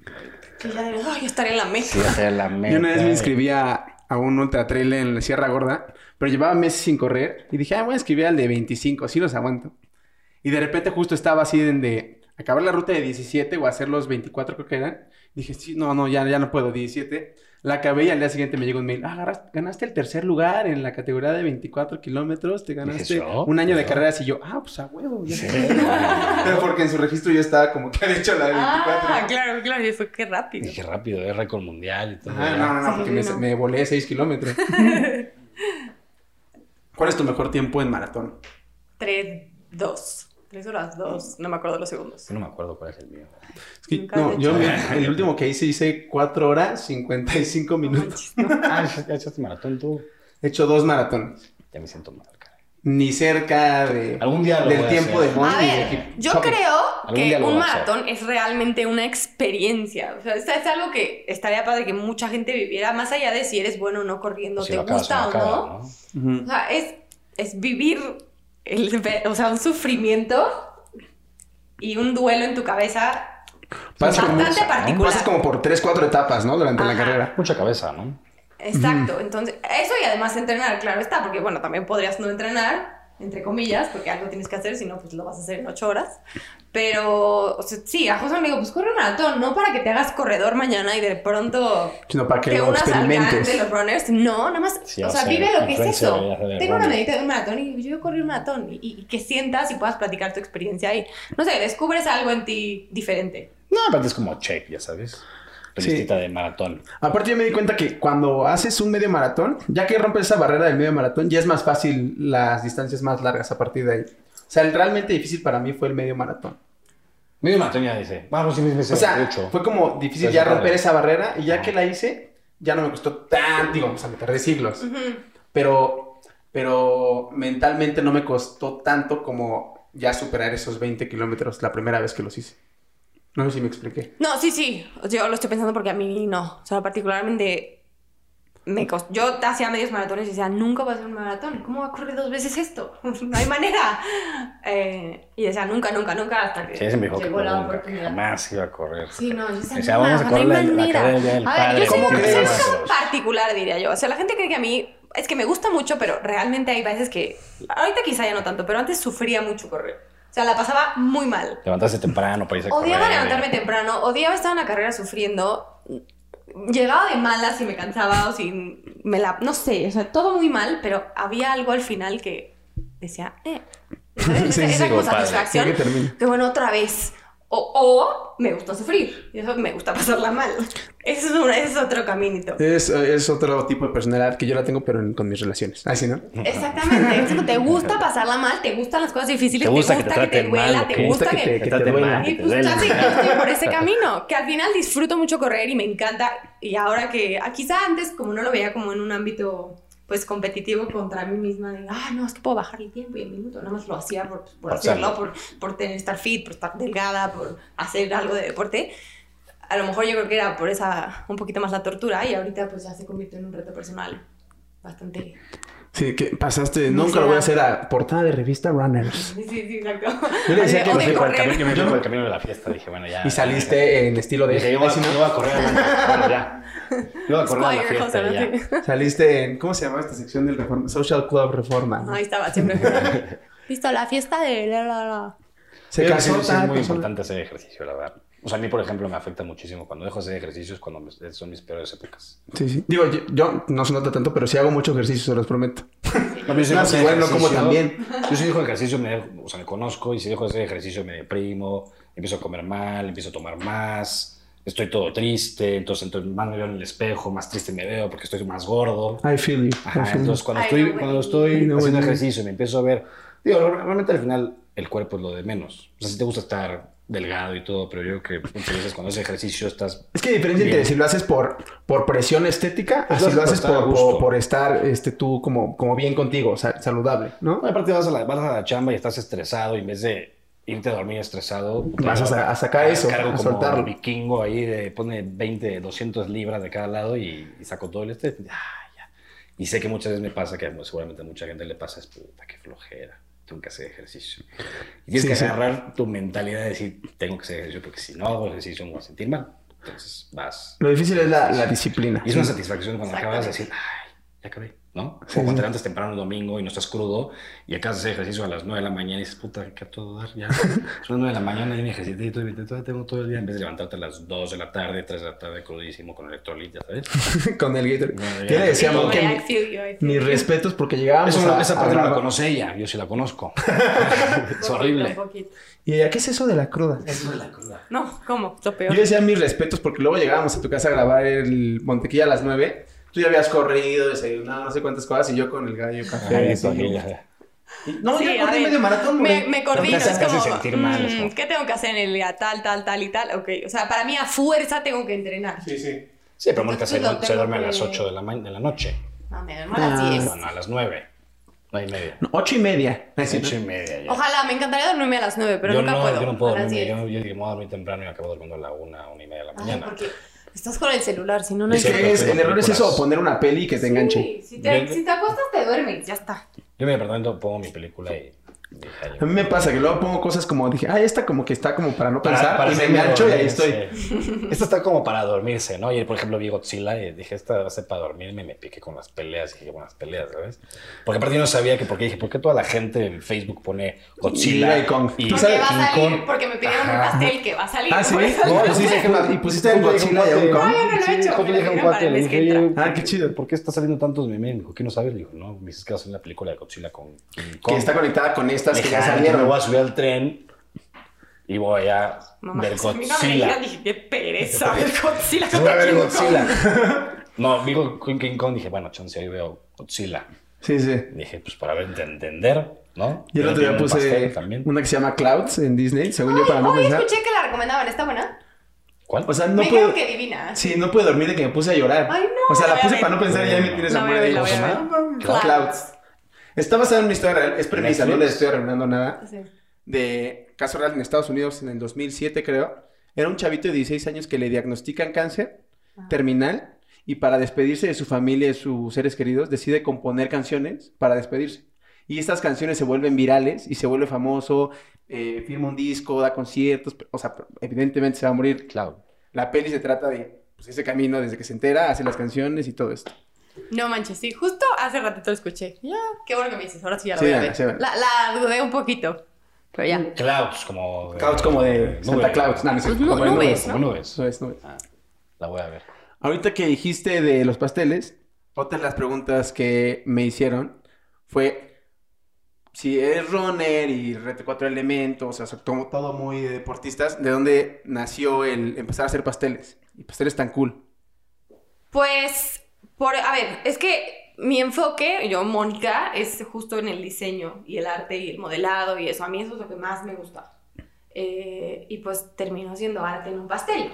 B: Que ya de, ay, estaré en la mesa.
C: Sí, esa es la meta.
A: Yo una vez
C: eh.
A: me inscribí a, a un ultra trail en la Sierra Gorda, pero llevaba meses sin correr y dije, ah, voy a inscribir al de 25, sí los aguanto. Y de repente justo estaba así en de acabar la ruta de 17 o hacer los 24 creo que eran. Dije, sí, no, no, ya, ya no puedo, 17. La acabé y al día siguiente me llegó un mail, ah, agarras- ganaste el tercer lugar en la categoría de 24 kilómetros, te ganaste
C: ¿yo?
A: un año de
C: ¿Yo?
A: carreras y yo, ah, pues a huevo, ya.
C: Sí.
A: Pero porque en su registro yo estaba como que había hecho la de 24.
B: Ah, claro, claro, y eso qué rápido.
C: Dije rápido, es récord mundial y todo.
A: Ajá,
C: ya.
A: no, no, no, porque me,
B: Sí, no.
A: me volé 6 kilómetros. ¿Cuál es tu mejor tiempo en maratón?
B: 3, 2. 3 horas
C: Mm.
B: 2. No me acuerdo los segundos.
C: Yo no me acuerdo cuál es el mío.
A: Es que,
B: Nunca has
A: no,
B: hecho.
A: yo me- el último que hice hice 4 horas 55
B: No
A: minutos.
B: manches, no.
C: Ah, ya- ya echaste maratón tú.
A: He hecho dos maratones.
C: Ya me siento mal, caray.
A: Ni cerca de,
C: Algún día lo
A: del
C: voy a
A: tiempo
C: hacer.
A: de Mon
B: A
A: ni de
B: ver,
A: Hip-
B: yo
A: Choque.
B: creo
C: Algún
B: que
C: día lo
B: un
C: vamos a hacer.
B: maratón es realmente una experiencia. O sea, es, es algo que estaría padre que mucha gente viviera, más allá de si eres bueno o no corriendo,
C: Si
B: te
C: lo acabas,
B: gusta o
C: no acabas,
B: no.
C: ¿no?
B: O sea, es, es vivir, el, ve- o sea, un sufrimiento y un duelo en tu cabeza
A: Pasas como-
B: bastante
C: ¿no?
B: particular.
A: Pasas como por 3, 4 etapas, ¿no? Durante la
B: Ajá.
A: carrera.
C: Mucha cabeza, ¿no?
B: Exacto, entonces eso y además entrenar, claro está, porque bueno, también podrías no entrenar, entre comillas, porque algo tienes que hacer, si no, pues lo vas a hacer en ocho horas. Pero o sea, sí, a José le digo, pues corre un maratón, no para que te hagas corredor mañana y de pronto
A: Sino para que
B: te
A: lo
B: unas al gang de
A: experimentes.
B: los runners, no, nada más,
C: Sí,
B: o
C: o
B: sea,
C: sea,
B: vive lo que es
C: influencer,
B: eso.
C: ya sabes,
B: Tengo una
C: runner.
B: medita de un maratón y yo corrí un maratón y, y que sientas y puedas platicar tu experiencia y, no sé, descubres algo en ti diferente.
C: No, aparte es como check, ya sabes. Revistita de maratón.
A: Aparte yo me di cuenta que cuando haces un medio maratón, ya que rompes esa barrera del medio maratón, ya es más fácil las distancias más largas a partir de ahí. O sea, el realmente difícil para mí fue el medio maratón.
C: Medio maratón ya dice. Vamos, sí, me
A: O sea, fue como difícil
C: Entonces,
A: ya
C: padre.
A: romper esa barrera y ya que la hice, ya no me costó tan, digo, pues a mitad de siglos. Pero, pero mentalmente no me costó tanto como ya superar esos 20 kilómetros la primera vez que los hice. No sé si me expliqué.
B: No, sí, sí. Yo lo estoy pensando porque a mí no. O sea, particularmente me costó. Yo hacía medios maratones y decía, nunca voy a hacer un maratón. ¿Cómo va a correr dos veces esto? no hay manera. Eh, y decía, nunca, nunca, nunca hasta que
C: Sí, ese me dijo que
B: llegó la
C: nunca, que
B: oportunidad.
C: jamás iba a correr.
B: Sí, no, yo decía,
C: Decía,
B: no,
C: vamos a
B: no
C: correr
B: hay
C: la- la
B: manera.
C: carrera del Día del
B: a ver,
C: Padre,
B: yo soy
A: ¿cómo
B: una
A: crees?
B: persona particular, diría yo. O sea, la gente cree que a mí... Es que me gusta mucho, pero realmente hay veces que... Ahorita quizá ya no tanto, pero antes sufría mucho correr. O sea, la pasaba muy mal.
C: Levantarse temprano para irse a
B: Odiaba
C: correr.
B: levantarme temprano, odiaba estar en la carrera sufriendo. Llegaba de malas y me cansaba o si me la... No sé, o sea, todo muy mal, pero había algo al final que decía, eh. ¿sabes?
C: Sí,
B: esa
C: sí,
B: esa
C: sí,
B: como
C: como padre.
B: satisfacción.
A: Sí, que termina.
B: que bueno, otra vez. O, o me gusta sufrir. Y eso me gusta pasarla mal. Eso es, una- ese es otro caminito.
A: Es, es otro tipo de personalidad que yo la tengo, pero en- con mis relaciones. Así, ¿no?
B: Exactamente. es como te gusta pasarla mal, te gustan las cosas difíciles,
C: Te
B: te
C: gusta
B: gusta,
C: que te
B: que te
C: traten mal,
B: duela,
C: ¿o
B: te
C: qué?
B: gusta
A: Gusta
B: que,
A: que te-
C: Estate
A: duela.
C: mal,
B: Y
C: Ah, te
B: pues
C: duela.
B: ya sé que estoy por ese camino, que al final disfruto mucho correr y me encanta. Y ahora que, ah, quizá antes, como no lo veía como en un ámbito pues competitivo contra mí misma, de, ah, no, es que puedo bajar el tiempo y el minuto, nada más lo hacía por, por
C: Pasarlo.
B: hacerlo, por, por tener, estar fit, por estar delgada, por hacer algo de deporte. A lo mejor yo creo que era por esa, un poquito más la tortura y ahorita pues ya se convirtió en un reto personal bastante
A: Sí, que pasaste,
B: No
A: nunca lo voy a
B: sé.
A: hacer a portada de revista Runners.
B: Sí, sí, exacto.
A: Yo le decía
B: O
A: que me
B: de- o de
A: fui por el
B: correr.
C: También que me fui por el camino de la fiesta, dije, bueno, ya.
A: Y saliste en estilo de...
C: Dije, yo voy,
A: Ay, sí,
C: a-
A: ¿no?
C: yo voy a correr a la bueno, ya. Yo voy a correr a la
B: Squire,
C: fiesta
B: José,
C: y ya.
B: ¿no?
A: Saliste en... ¿Cómo se llama esta sección del Reforma? Social Club Reforma. ¿no?
B: Ahí estaba siempre. Listo, la fiesta de la la la.
A: Se
C: Pero
A: casó
C: sí, sí, es
A: tal
C: muy
A: persona.
C: importante hacer ejercicio, la verdad. O sea, a mí, por ejemplo, me afecta muchísimo. Cuando dejo de hacer ejercicios, cuando me- son mis peores épocas.
A: Sí, sí. Digo, yo, yo no se nota tanto, pero sí hago mucho ejercicio, se los prometo.
C: No, yo si
A: No, pues
C: dejo de
A: igual
C: hacer
A: no como
C: ejercicio-
A: también.
C: Yo si dejo de ejercicio, me, dejo- o sea, me conozco y si dejo de hacer ejercicio me deprimo, empiezo a comer mal, empiezo a tomar más, estoy todo triste, entonces, entonces más me veo en el espejo, más triste me veo porque estoy más gordo.
A: I feel you. I
C: Ajá,
A: feel you.
C: entonces cuando
B: Ay,
C: estoy,
B: no, güey.
C: cuando estoy
A: Ay, pues no,
C: haciendo
A: güey.
C: ejercicio y me empiezo a ver, digo, realmente al final el cuerpo es lo de menos. O sea, si te gusta estar delgado y todo, pero yo creo que muchas veces cuando haces ejercicio estás...
A: Es que hay diferencia
C: Bien.
A: entre si lo haces por, por presión estética, así
C: Lo haces
A: lo
C: por
A: haces
C: estar a
A: por,
C: gusto.
A: por, por estar este, tú como, como bien contigo, sa- saludable, ¿no?
C: No, aparte vas a, la, vas a la chamba y estás estresado y en vez de irte a dormir estresado...
A: Vas a sa- a sacar eso,
C: cargo
A: a
C: como
A: soltarlo.
C: vikingo ahí de pone 20, 200 libras de cada lado y, y saco todo el estrés. Ah, ya. Y sé que muchas veces me pasa, que seguramente a mucha gente le pasa, es puta, qué flojera. Tengo que hacer ejercicio. Y tienes
A: Sí,
C: que
A: sí.
C: agarrar tu mentalidad de decir, tengo que hacer ejercicio, porque si no hago ejercicio me voy a sentir mal. Entonces vas.
A: Lo difícil es la, la disciplina.
C: Y es una satisfacción cuando acabas de
B: Exactamente.
C: decir, ay, ya acabé, ¿no?
A: Sí,
C: o cuando
A: sí.
C: te levantas temprano el domingo y no estás crudo y acabas de hacer ejercicio a las 9 de la mañana y dices, puta, ¿qué a todo dar? Ya son las 9 de la mañana y me ejercité y todo, y todavía tengo todo el día en vez de levantarte a las 2 de la tarde, 3 de la tarde, crudísimo con electrolit, ya ¿sabes?
A: Con el gator.
C: No, ya,
A: Yo le decía a
C: ya,
A: Mau que
B: Ay,
A: mi-
B: I feel you, I feel
A: mis
B: you.
A: respetos porque llegábamos
C: Eso no-
A: a,
C: esa
A: a
C: parte no la
A: grabar.
C: conoce ella, yo sí la conozco.
B: Un
C: es
B: poquito, un
C: horrible.
B: poquito.
A: Y ella, ¿qué es eso de la cruda?
C: Eso es la cruda.
B: No, ¿cómo? Lo
A: Yo
B: peor.
A: decía mis respetos porque luego llegábamos a tu casa a grabar el Montequilla a las 9. Tú ya habías corrido, desayunado, no sé cuántas cosas, y yo con el gallo café.
C: Ay,
A: así.
C: eso, ya.
A: no,
B: Sí,
A: yo
B: a
A: corrí
B: ver,
A: medio maratón,
B: Me,
A: güey.
B: me coordino,
C: Porque se
B: es
C: te hace
B: como,
C: sentir mal, es como-
B: mm, ¿qué tengo que hacer en el día? Tal, tal, tal y tal. Ok, o sea, para mí a fuerza tengo que entrenar.
A: Sí, sí.
C: Sí, pero Mónica se,
B: Entonces lo
C: se duerme a
B: tengo
C: las
B: que-
C: 8 de la, ma- de la noche.
B: No, me duermo a las
A: Ah.
B: 10.
C: No, no, a las 9. 9 y media.
A: No, ocho y media. Así, ¿no?
C: 8 y media ya.
B: Ojalá, me encantaría dormirme a las 9, pero
C: yo
B: nunca
C: no,
B: puedo.
C: Yo no puedo
B: a las
C: dormir.
B: 10.
C: Yo, yo dije, me voy a dormir temprano y me acabo durmiendo a la una, una y media de la
B: Ay,
C: mañana.
B: porque estás con el celular, si no, no
C: Es que
A: ¿Qué es?
C: Las
A: El error es eso,
C: películas.
A: poner una peli que te enganche.
B: Sí, si te,
C: Yo-
B: si te acuestas, te duermes, ya está.
C: Yo en mi departamento pongo mi película y dije, ay,
A: A mí me pasa que luego pongo cosas como dije, ah, esta como que está como para no pensar y me
C: hacerme
A: engancho y ahí estoy.
C: dormir, sí. Esto está como para dormirse, ¿no? Ayer, por ejemplo, vi Godzilla y dije, esta va a ser para dormirme y me piqué con las peleas. Y dije, con las peleas, ¿sabes? Porque aparte yo no sabía que, porque dije, ¿por qué toda la gente en Facebook pone Godzilla
A: Y Kong.
C: y
A: ¿Tú
B: Porque
A: sabes
B: va a
C: King
B: salir,
C: Kong?
B: porque me pidieron un
C: Ajá.
B: pastel que va a salir.
A: Ah, sí.
B: por eso
A: No, yo
B: lo
A: sí
B: puse.
A: dije que la- y pusiste un Godzilla y un Kong.
B: No, yo no lo he hecho,
C: Justo
B: me
C: le dije a un
B: lo pidieron para
C: cuate, le dije,
B: el mes que
C: oye,
A: entra. Ah, qué chido.
C: ¿Por qué está saliendo tantos memes? Me dijo, ¿qué no sabes? Le digo, no, me dices que vas a hacer la película de Godzilla con King Kong.
A: Que está conectada con estas
C: Le
A: que
C: dije,
A: ya
C: "Ah, entonces Me
A: salieron.
C: voy a subir al tren y voy a
B: Mamá,
C: ver
B: a mí no me
C: Godzilla.
B: digas, dije, qué pereza ver Godzilla.
C: Voy a ver
B: contra
C: Godzilla. No, vi Go- King Kong, dije, bueno, chance, ahí veo Godzilla.
A: Sí, sí.
C: Dije, pues para ver, ent- entender, ¿no?
A: Yo el
C: le
A: otro día
C: pido un
A: puse
C: pastel también.
A: una que se llama Clouds en Disney, según yo, para
B: King
A: no
B: Kong. Hoy
A: pensar.
B: escuché que la recomendaban, ¿está buena?
C: ¿Cuál?
A: O sea, no
B: me
A: puedo.
B: dijeron que divina.
A: Sí, no pude dormir de que me puse a llorar.
B: Ay, no,
A: o sea, la
B: la
A: puse
B: voy a
A: para no
B: ver.
A: pensar y ya me tienes
B: La
A: a
B: voy a
A: madre.
B: ver, la
A: ¿Cómo
B: voy
A: se
B: a
A: llama?
B: ver.
A: Clouds.
B: Clouds.
A: Está basada en una historia real, es premisa, no
C: Netflix?
A: les estoy arruinando nada.
B: Sí.
A: de caso real en Estados Unidos en el 2007, creo. Era un chavito de 16 años que le diagnostican cáncer terminal y para despedirse de su familia y sus seres queridos decide componer canciones para despedirse. Y estas canciones se vuelven virales y se vuelve famoso, eh, firma un disco, da conciertos, o sea, evidentemente se va a morir.
C: Cloud.
A: La peli se trata de pues, ese camino desde que se entera, hace las canciones y todo esto.
B: No manches, sí, justo hace ratito lo escuché. Ya, qué bueno que me dices, ahora sí ya la
A: Sí,
B: voy a
A: véanla,
B: ver.
A: sí, véanla.
B: la, la dudé un poquito. Pero ya.
C: Clouds, como. de-
A: Clouds como de Santa
C: nube.
A: Claus. No, no es cierto.
B: Pues nu-
A: Como de
B: nubes,
C: Como nubes.
A: Nubes, nubes.
C: La voy a ver.
A: Ahorita que dijiste de los pasteles, otra de las preguntas que me hicieron fue si es runner y rete cuatro elementos, o sea, como todo muy de deportistas, ¿de dónde nació el empezar a hacer pasteles? Y pasteles tan cool.
B: Pues, por, a ver, es que mi enfoque, yo, Mónica, es justo en el diseño y el arte y el modelado y eso. A mí eso es lo que más me gusta. Eh, y pues terminó siendo arte en un pastel,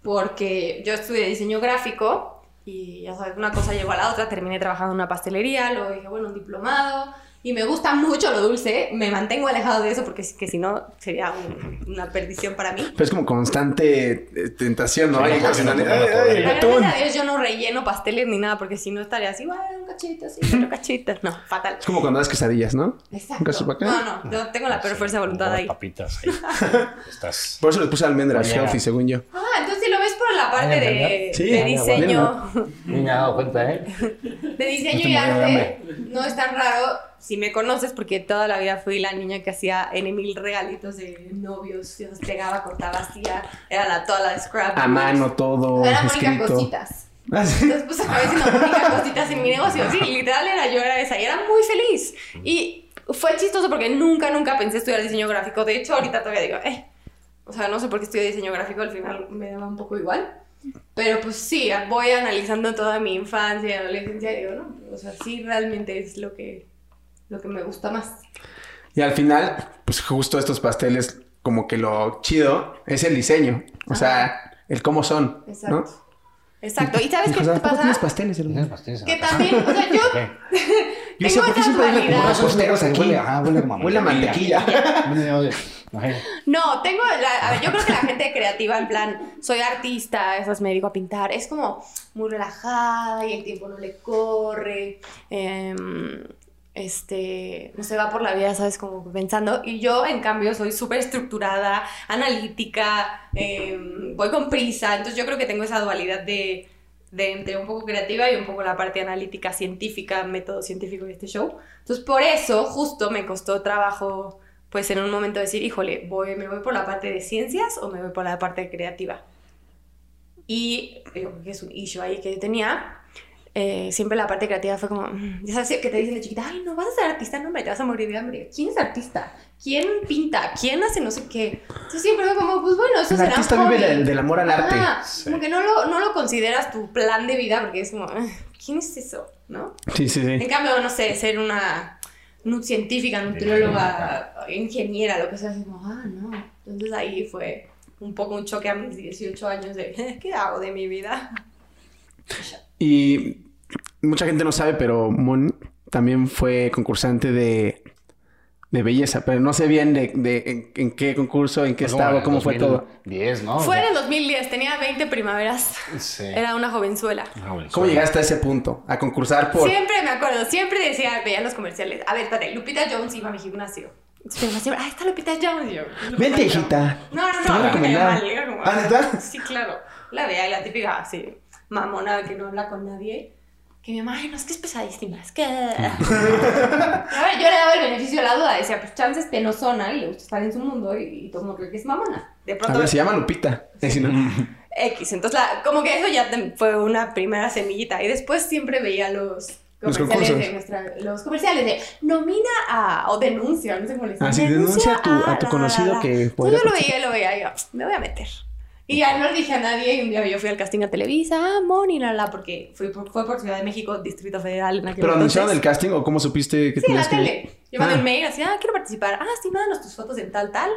B: porque yo estudié diseño gráfico y ya sabes, una cosa llevó a la otra, terminé trabajando en una pastelería, luego dije, bueno, un diplomado, y me gusta mucho lo dulce, me mantengo alejado de eso porque es que si no sería un- una perdición para mí.
A: Pero es como constante eh, tentación, ¿no?
C: Sí,
A: Hay
C: no,
A: cosas-
C: no, no, no, no, no,
A: ¡Ay, ay,
C: no,
B: Pero
C: no,
A: atún!
B: gracias a Dios yo no relleno pasteles ni nada, porque si no estaría así, "Ay, un cachito, sí, otro cachito. No, fatal.
A: Es como cuando das quesadillas, ¿no?
B: Exacto.
A: ¿Nunca supo acá?
B: No, no, yo tengo la peor
C: Sí,
B: fuerza de voluntad
C: unas
B: ahí.
C: Papitas ahí. Estás.
A: Por eso les puse almendras
C: Oye.
A: healthy, según yo.
B: Ah, entonces si lo ves por la parte
C: Ay,
B: de,
C: ¿verdad?
A: Sí,
B: de
A: ay,
B: diseño,
C: Ni me he dado cuenta, ¿eh?
B: de diseño
C: Estoy
B: y
C: muriendo de
B: arte, no es tan raro si me conoces, porque toda la vida fui la niña que hacía N mil regalitos de novios, se los pegaba, cortaba, hacía, era la, toda la de scrap.
A: A mano todo
B: Era Mónica
A: escrito.
B: Cositas.
A: Ah, sí.
B: Entonces, pues acabé siendo única cositas en mi negocio. Sí, literal era yo, era esa. Y era muy feliz. Y fue chistoso porque nunca, nunca pensé estudiar diseño gráfico. De hecho, ahorita todavía digo, eh. O sea, no sé por qué estudié diseño gráfico, al final me daba un poco igual. Pero pues sí, voy analizando toda mi infancia y adolescencia y digo, no, o sea, sí realmente es lo que, lo que me gusta más.
A: Y al final, pues justo estos pasteles, como que lo chido es el diseño. O sea, el cómo son.
B: Exacto.
A: Exacto.
B: Exacto. ¿Y sabes qué
A: ¿Por
B: te
A: qué "Ah, tienes
B: pasa?
A: pasteles, hermano?
C: Tienes pasteles en
B: Que
C: la casa.
B: también, o sea, yo
C: ¿Qué?
A: Yo sé
B: tengo
A: por qué siempre
B: esas
A: dicen como
B: cualidades.
A: los costeros aquí.
C: Huele, ajá, huele como a
A: Huele a mantequilla.
C: Huele a- Ajá.
B: No, tengo, la- a ver, yo creo que la gente creativa, en plan, soy artista, esas me dedico a pintar, es como muy relajada y el tiempo no le corre, em, este, no se va por la vida, sabes, como pensando, y yo en cambio soy súper estructurada, analítica, em, voy con prisa, entonces yo creo que tengo esa dualidad de, de entre un poco creativa y un poco la parte analítica, científica, método científico de este show. Entonces, por eso, justo me costó trabajo, pues en un momento decir, híjole, voy, ¿me voy por la parte de ciencias o me voy por la parte creativa? Y digo, que es un issue ahí que yo tenía. eh, siempre la parte creativa fue como, mm, ya sabes que te dicen de chiquita, ay, no vas a ser artista, no me te vas a morir de hambre. ¿Quién es artista? ¿Quién pinta? ¿Quién hace no sé qué? Entonces siempre fue como, pues bueno, eso
A: El
B: será un
A: artista vive
B: hobby".
A: del, del amor al arte.
B: Ajá,
C: Sí.
B: Ah, Como que no lo, no lo consideras tu plan de vida porque es como, "Ah, ¿quién es eso? ¿No?
A: Sí, sí, sí.
B: En cambio, no sé, ser una nu- científica, nutrióloga, ingeniera, lo que sea, es como, ah, no. Entonces ahí fue un poco un choque a mis 18 años de, ¿qué hago de mi vida?
A: Y mucha gente no sabe, pero Mon también fue concursante de, de belleza. Pero no sé bien de, de- en, en qué concurso, en qué
C: Fue como en
A: estaba,
C: el
A: cómo fue todo.
C: 2010, ¿no?
B: Fue en el 2010, tenía 20 primaveras,
C: Oh, Sí.
B: era una jovenzuela.
C: Ah, bueno,
A: ¿Cómo
C: sí.
A: llegaste a ese punto? A concursar por...
B: Siempre me acuerdo, siempre decía, veía los comerciales, a ver, espérate, Lupita Jones iba a mi gimnasio. Entonces, mi mamá siempre, ah, está Lupita Jones. Y yo,
A: Vente,
B: "Lupita
A: hijita.
B: No, no,
A: Te voy a
B: no, no me caía
A: recomendar.
B: mal, era como-
A: ¿Ah, neta?
B: Sí, claro. La vea, la típica, así, mamona que no habla con nadie. Que mi mamá, "Ay, no, es que es pesadísima, es que... a ver, yo le daba el beneficio de la duda, decía, pues chance este no zona y le gusta estar en su mundo y, y todo el mundo cree que es mamona. De
A: A
B: pronto,
A: ver, se llama Lupita. Eh, si no-
B: X, entonces la- como que eso ya te- fue una primera semillita y después siempre veía los
A: Los
B: comerciales de
A: concursos.
B: nuestra, los comerciales de nomina a o denuncia, no sé cómo le dicen.
A: Ah, sí, denuncia a tu- a tu
B: la,
A: conocido
B: la, la.
A: que
B: Entonces
A: podría
B: yo lo veía y lo veía y yo, me voy a meter. Y ya no le dije a nadie y un día yo fui al casting a Televisa, ah, Moni, la, la, porque fui por- fue por Ciudad de México, Distrito Federal en aquel
A: ¿Pero anunciaron el
B: entonces.
A: casting o cómo supiste que
B: Sí, en la
A: tenías que...?
B: tele. Yo mandé
A: Ah.
B: un mail así, ah, quiero participar. Ah, sí, mándanos tus fotos en tal, tal.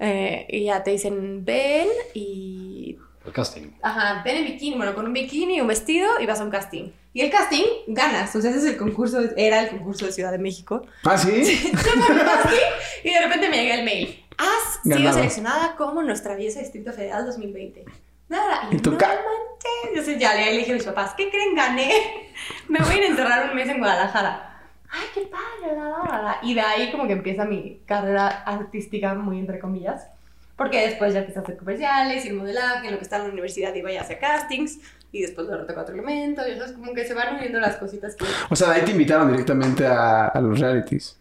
B: Eh, y ya te dicen, ven y
C: El casting.
B: Ajá, ven en bikini, bueno, con un bikini, un vestido y vas a un casting. Y el casting ganas, o sea, ese es el concurso, era el concurso de Ciudad de México.
A: Ah, ¿sí?
B: Yo me lo pasé y de repente me llega el mail. Has sido
A: Ganado.
B: seleccionada como nuestra belleza Distrito Federal 2020. Nada, y
A: En tu
B: no
A: ca-
B: manches. Yo sé, ya le dije a mis papás, ¿qué creen? Gané. Me voy a ir a encerrar un mes en Guadalajara. Ay, qué padre, la, la, la, la. Y de ahí como que empieza mi carrera artística, muy entre comillas. Porque después ya empecé a hacer comerciales y el modelaje, en lo que estaba en la universidad iba ya a hacer castings. Y después de rota cuatro elementos, y eso es como que se van uniendo las cositas que...
A: O sea, de ahí te invitaron directamente a, a los realities.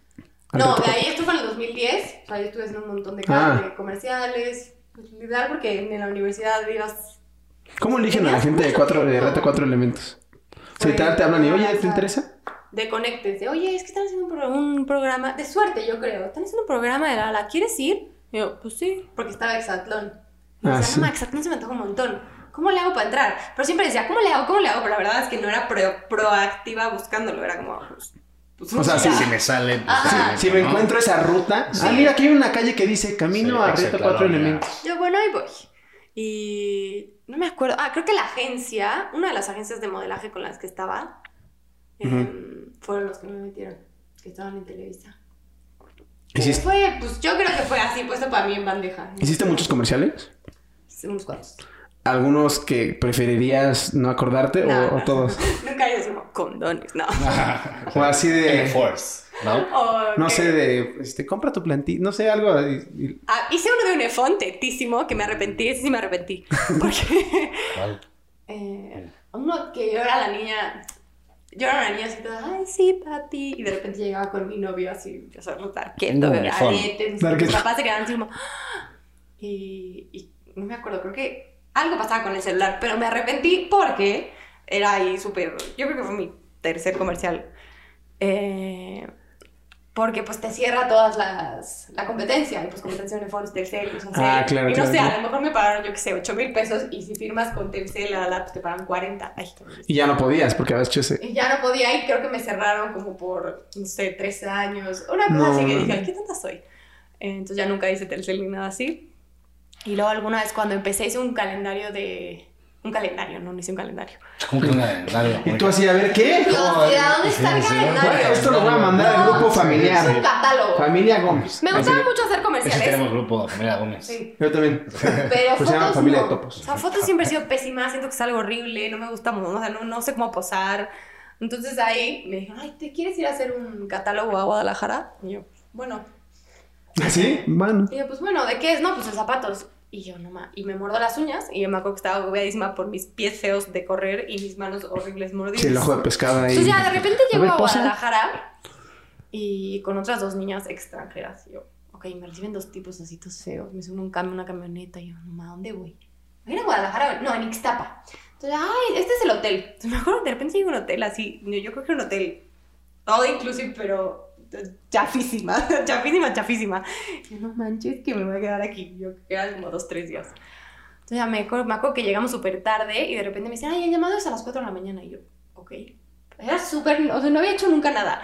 B: No, de ahí esto fue en el 2010. O sea, yo estuve haciendo un montón de, ca-
A: Ah.
B: de comerciales, pues, literal, porque en la universidad ibas.
A: ¿Cómo eligen a la gente de cuatro, de reto cuatro elementos? O sea, literal, te hablan y, oye, ¿te interesa?
B: De conectes, de oye, es que están haciendo un, pro- un programa, de suerte yo creo, están haciendo un programa de la la, ¿quieres ir? Y yo, pues sí, porque estaba Exatlón. Y
A: Ah,
B: decía,
A: sí.
B: no, ma, Exatlón se me antoja un montón. ¿Cómo le hago para entrar? Pero siempre decía, ¿cómo le hago? ¿Cómo le hago? Pero la verdad es que no era pro- proactiva buscándolo, era como, pues. pues,
A: O sea, Ah, sí,
B: ya.
A: sí,
D: Si me sale, pues,
B: Ajá.
C: Ah,
D: sí,
A: Si me
D: ¿no?
A: encuentro esa ruta. Ah, mira, aquí hay una calle que dice camino
D: Sí,
A: a reto
D: exacto,
A: cuatro
D: mira.
A: elementos.
B: Yo, bueno, ahí voy. Y no me acuerdo. Ah, creo que la agencia, una de las agencias de modelaje con las que estaba, em, fueron los que me metieron, que estaban en Televisa.
A: ¿Hiciste,
B: Fue, pues yo creo que fue así, puesto para mí en bandeja.
A: ¿Hiciste muchos comerciales?
B: Unos cuantos.
A: ¿Algunos que preferirías no acordarte o-
B: No,
A: o,
B: no.
A: todos?
B: Nunca yo como condones, no.
A: O así de...
C: Force, ¿no?
B: O
A: Ah, No
B: que-
A: sé, de... Este, compra tu plantilla, no sé, algo... y- y-
B: Ah, hice uno de un efón tectísimo que me arrepentí, ese sí me arrepentí. Porque
C: ¿Cuál?
B: Eh, uno que yo era la niña, yo era una niña así toda, ay, sí, papi. Y de repente llegaba con mi novio así, yo soy muy darketo,
C: Un iPhone.
B: aretes.
A: Darketo.
B: Mis papás se quedaban así como, "Ah". y, y no me acuerdo, creo que algo pasaba con el celular, pero me arrepentí porque era ahí súper, yo creo que fue mi tercer comercial. Eh, porque pues te cierra todas las la competencia y pues competencia de Force, Telcel, pues, no sé.
A: Ah, claro,
B: y no
A: claro,
B: sé,
A: claro.
B: a lo mejor me pagaron yo que sé 8 mil pesos y si firmas con Telcel a la pues te pagan 40 Ay, qué horror.
A: Y ya no podías porque habías hecho ese...
B: y ya no podía ir creo que me cerraron como por no sé 13 años una cosa
A: No,
B: así que
A: no,
B: dije
A: no.
B: "Ay, qué tonta soy Eh, entonces ya nunca hice Telcel ni nada así y luego alguna vez cuando empecé hice un calendario de un calendario no no hice un calendario
C: ¿Cómo que una- una-
A: Y tú así, a ver, ¿qué?
B: Yo, así, ¿a dónde
C: Sí,
B: está el
C: sí,
B: calendario?
A: Esto lo voy a mandar al
B: No,
A: grupo
B: es un
A: familiar.
B: catálogo
A: Familia Gómez.
B: me gustaba
A: Así.
B: mucho hacer
C: Ese
B: comerciales
C: tenemos grupo, familia Gómez.
B: Sí.
A: Yo también.
B: Pero
A: Pues se llama
B: fotos
A: familia
B: no.
A: de topos.
B: O sea, fotos siempre he sido pésima, siento que es algo horrible, no me gusta, mu- o sea, no, no sé cómo posar. Entonces ahí me dijeron, ay, ¿te quieres ir a hacer un catálogo a Guadalajara? Y yo, bueno.
A: ¿Sí? Bueno.
B: Y yo, pues bueno, ¿de qué es? No, pues de zapatos. Y yo, no ma. Y me mordo las uñas y yo me acuerdo que estaba agobiadísima por mis pies feos de correr y mis manos horribles mordidas.
A: Sí, el ojo de pescado ahí.
B: Entonces ya de repente
A: A
B: llego
A: ver,
B: a,
A: posa.
B: Guadalajara y con otras dos niñas extranjeras. Y yo, ok, me reciben dos tipos así todos feos. Me suben a un camión, una camioneta. Y yo, no, ¿a dónde voy? ¿Voy a ir a Guadalajara? No, en Ixtapa. Entonces, ay, este es el hotel. Entonces, me acuerdo que de repente llega un hotel así. Yo, yo creo que era un hotel todo inclusive, pero chafísima, chafísima, chafísima. Y yo, no manches, que me voy a quedar aquí. Yo creo que eran como dos, tres días. Entonces ya me acuerdo, me acuerdo que llegamos súper tarde y de repente me dicen, ay, el llamado es a las 4 de la mañana. Y yo, ok. Era súper, o sea, no había hecho nunca nada.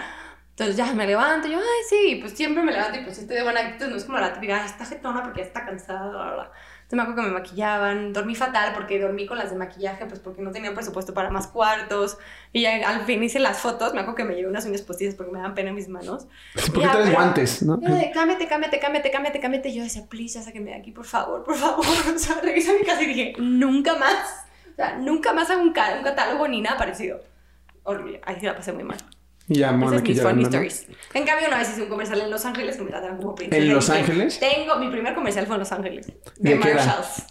B: Entonces ya me levanto, yo, ay, sí, y pues siempre me levanto y pues estoy de buena actitud, no es como la típica, "Ay, está jetona porque ya está cansada, bla, bla, bla". Entonces me acuerdo que me maquillaban, dormí fatal porque dormí con las de maquillaje, pues porque no tenía presupuesto para más cuartos. Y ya al fin hice las fotos, me acuerdo que me llevé unas uñas postizas porque me daban pena mis manos.
A: ¿Por qué
B: Ya,
A: traes
B: pero-
A: guantes, no?
B: Era de cámbiate, cámbiate, cámbiate, cámbiate, cámbiate. Y yo decía, please, ya sáquenme de aquí, por favor, por favor. O sea, regresé a mi casa y dije, nunca más. O sea, nunca más hago un, ca- un catálogo ni nada parecido. Horrible, ahí sí la pasé muy mal.
A: Y ya,
B: Esas
A: mona,
B: son
A: que
B: mis
A: ya
B: funny
A: ven, ¿no?
B: stories. En cambio, una vez hice un comercial en Los Ángeles que me trataron como princesa.
A: ¿En
B: Y
A: Los
B: dije,
A: Ángeles?
B: Tengo, mi primer comercial fue en Los Ángeles.
A: ¿De
B: De,
A: qué era?
B: Marshalls.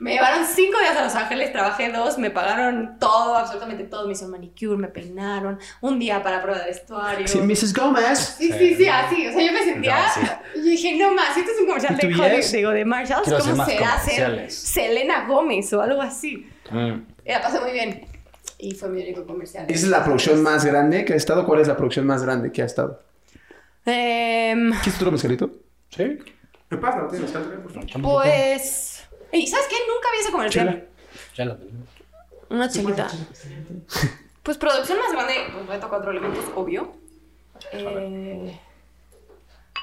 B: Me llevaron cinco días a Los Ángeles, trabajé dos, me pagaron todo, absolutamente todo. Me hicieron manicure, me peinaron, un día para prueba de vestuario.
A: Sí, Mrs. Gómez.
B: Sí, sí, sí, así. O sea, yo me sentía. Yo dije, no más, si esto es un comercial
A: ¿Y tú
B: de Hollywood,
A: yes?
B: digo, de Marshalls,
C: Quiero hacer
B: ¿cómo
C: más
B: será ser
C: comerciales.
B: Selena Gómez o algo así?
C: Mm.
B: Y la pasé muy bien. Y fue mi único comercial.
A: Esa es la producción más grande que ha estado. ¿Cuál es la producción más grande que ha estado?
B: Em,
A: ¿Quieres otro mezcalito?
C: Sí.
A: Me pasa, no tienes por favor.
B: pues. ¿Y sabes qué? Nunca vi ese comercial.
A: Chela.
C: Ya lo tenemos.
B: Una chelita. Pues producción más grande, pues reto cuatro elementos, obvio. Eh,